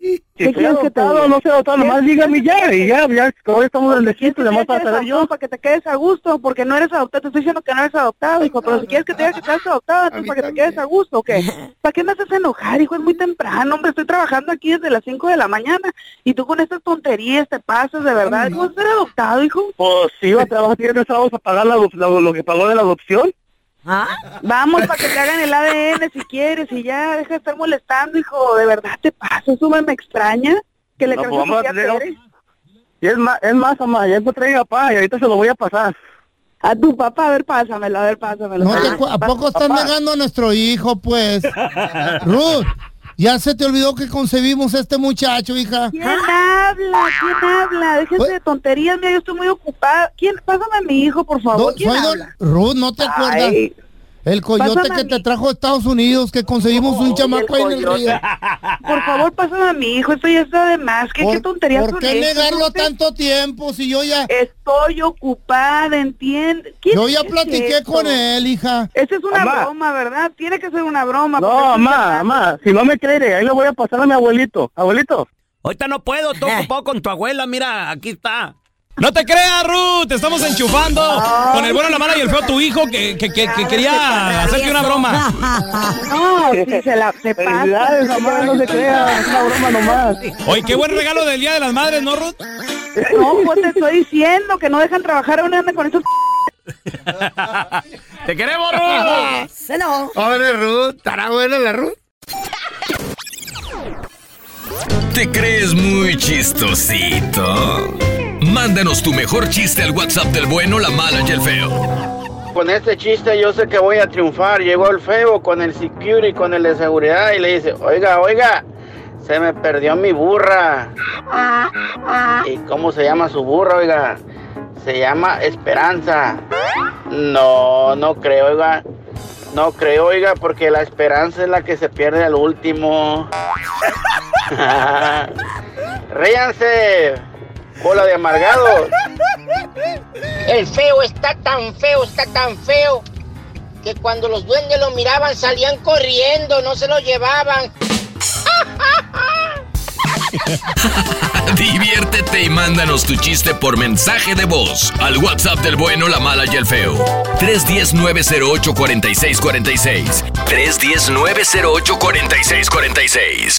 Si
¿Qué
soy
quieres que te
adoptado o
diga?
no soy adoptado, nomás dígame ya, y ya, ya, ahora estamos en el desierto, nomás para
Quieres
saber yo.
adoptado Para que te quedes a gusto, porque no eres adoptado. Te estoy diciendo que no eres adoptado, hijo. Pero si quieres que te diga que estás adoptado, entonces para que te quedes a gusto, ¿o qué? ¿Para qué me haces enojar, hijo? Es muy temprano, hombre. Estoy trabajando aquí desde las 5 de la mañana y tú con estas tonterías te pasas, de verdad. ¿Cómo vas a ser adoptado, hijo?
Pues si iba a trabajar viernes sábados a pagar la adop- lo, lo que pagó de la adopción. ¿Ah?
Vamos para que te hagan el ADN si quieres y ya, deja de estar molestando, hijo. De verdad te pasa, eso me me extraña. Que le
No,
creas
pues,
a tu
vamos a
tía
tener-
Tere.
Y es más, es más, mamá, ya encontré a mi papá y ahorita se lo voy a pasar.
A tu papá, a ver, pásamelo, a ver, pásamelo.
No te cu- ¿A poco estás negando a nuestro hijo, pues? Ruth, ¿ya se te olvidó que concebimos a este muchacho, hija?
¿Quién habla? ¿Quién habla? Déjense de tonterías, mira, yo estoy muy ocupada. ¿Quién? Pásame a mi hijo, por favor.
Do-
¿Quién
soy don-
habla?
Ruth, ¿no te acuerdas?
Ay.
El coyote
Pásame a
que te trajo a Estados Unidos, que conseguimos un chamaco ahí en el río.
Por favor, pásame a mi hijo, esto ya está de más. ¿Qué, qué tonterías
¿Por
son
qué
estas?
negarlo tanto tiempo si yo ya...
Estoy ocupada, entiende. ¿Quién
Yo ya
es
platiqué
esto?
con él, hija.
Esa es una
Mamá.
broma, ¿verdad? Tiene que ser una broma.
No,
porque estoy
mamá,
tratando-
mamá, si no me cree, ahí le voy a pasar a mi abuelito. Abuelito.
Ahorita no puedo, estoy ocupado con tu abuela, mira, aquí está.
Eh. No te creas, Ruth, te estamos enchufando con el bueno, la mala y el feo tu hijo que, que- que- que quería hacerte una broma.
No, si se la se pasa.
Felicidades, mamá, no se crea, es una broma nomás.
Oye, qué buen regalo del Día de las Madres, ¿no, Ruth?
No, pues te estoy diciendo que no dejan trabajar, ahora andan con esos
¡Te queremos,
Ruth! Pobre Ruth, estará buena la Ruth.
¿Te crees muy chistosito? Mándanos tu mejor chiste al WhatsApp del bueno, la mala y el feo.
Con este chiste yo sé que voy a triunfar. Llegó el feo con el security, con el de seguridad y le dice, oiga, oiga, se me perdió mi burra.
Ah,
¿Y cómo se llama su burra, oiga? Se llama Esperanza. No, no creo, oiga. No creo, oiga, porque la esperanza es la que se pierde al último. Ríanse, bola de amargados.
El feo está tan feo, está tan feo, que cuando los duendes lo miraban salían corriendo, no se lo llevaban.
Diviértete y mándanos tu chiste por mensaje de voz al WhatsApp del bueno, la mala y el feo. 310-908-4646. 310-908-4646.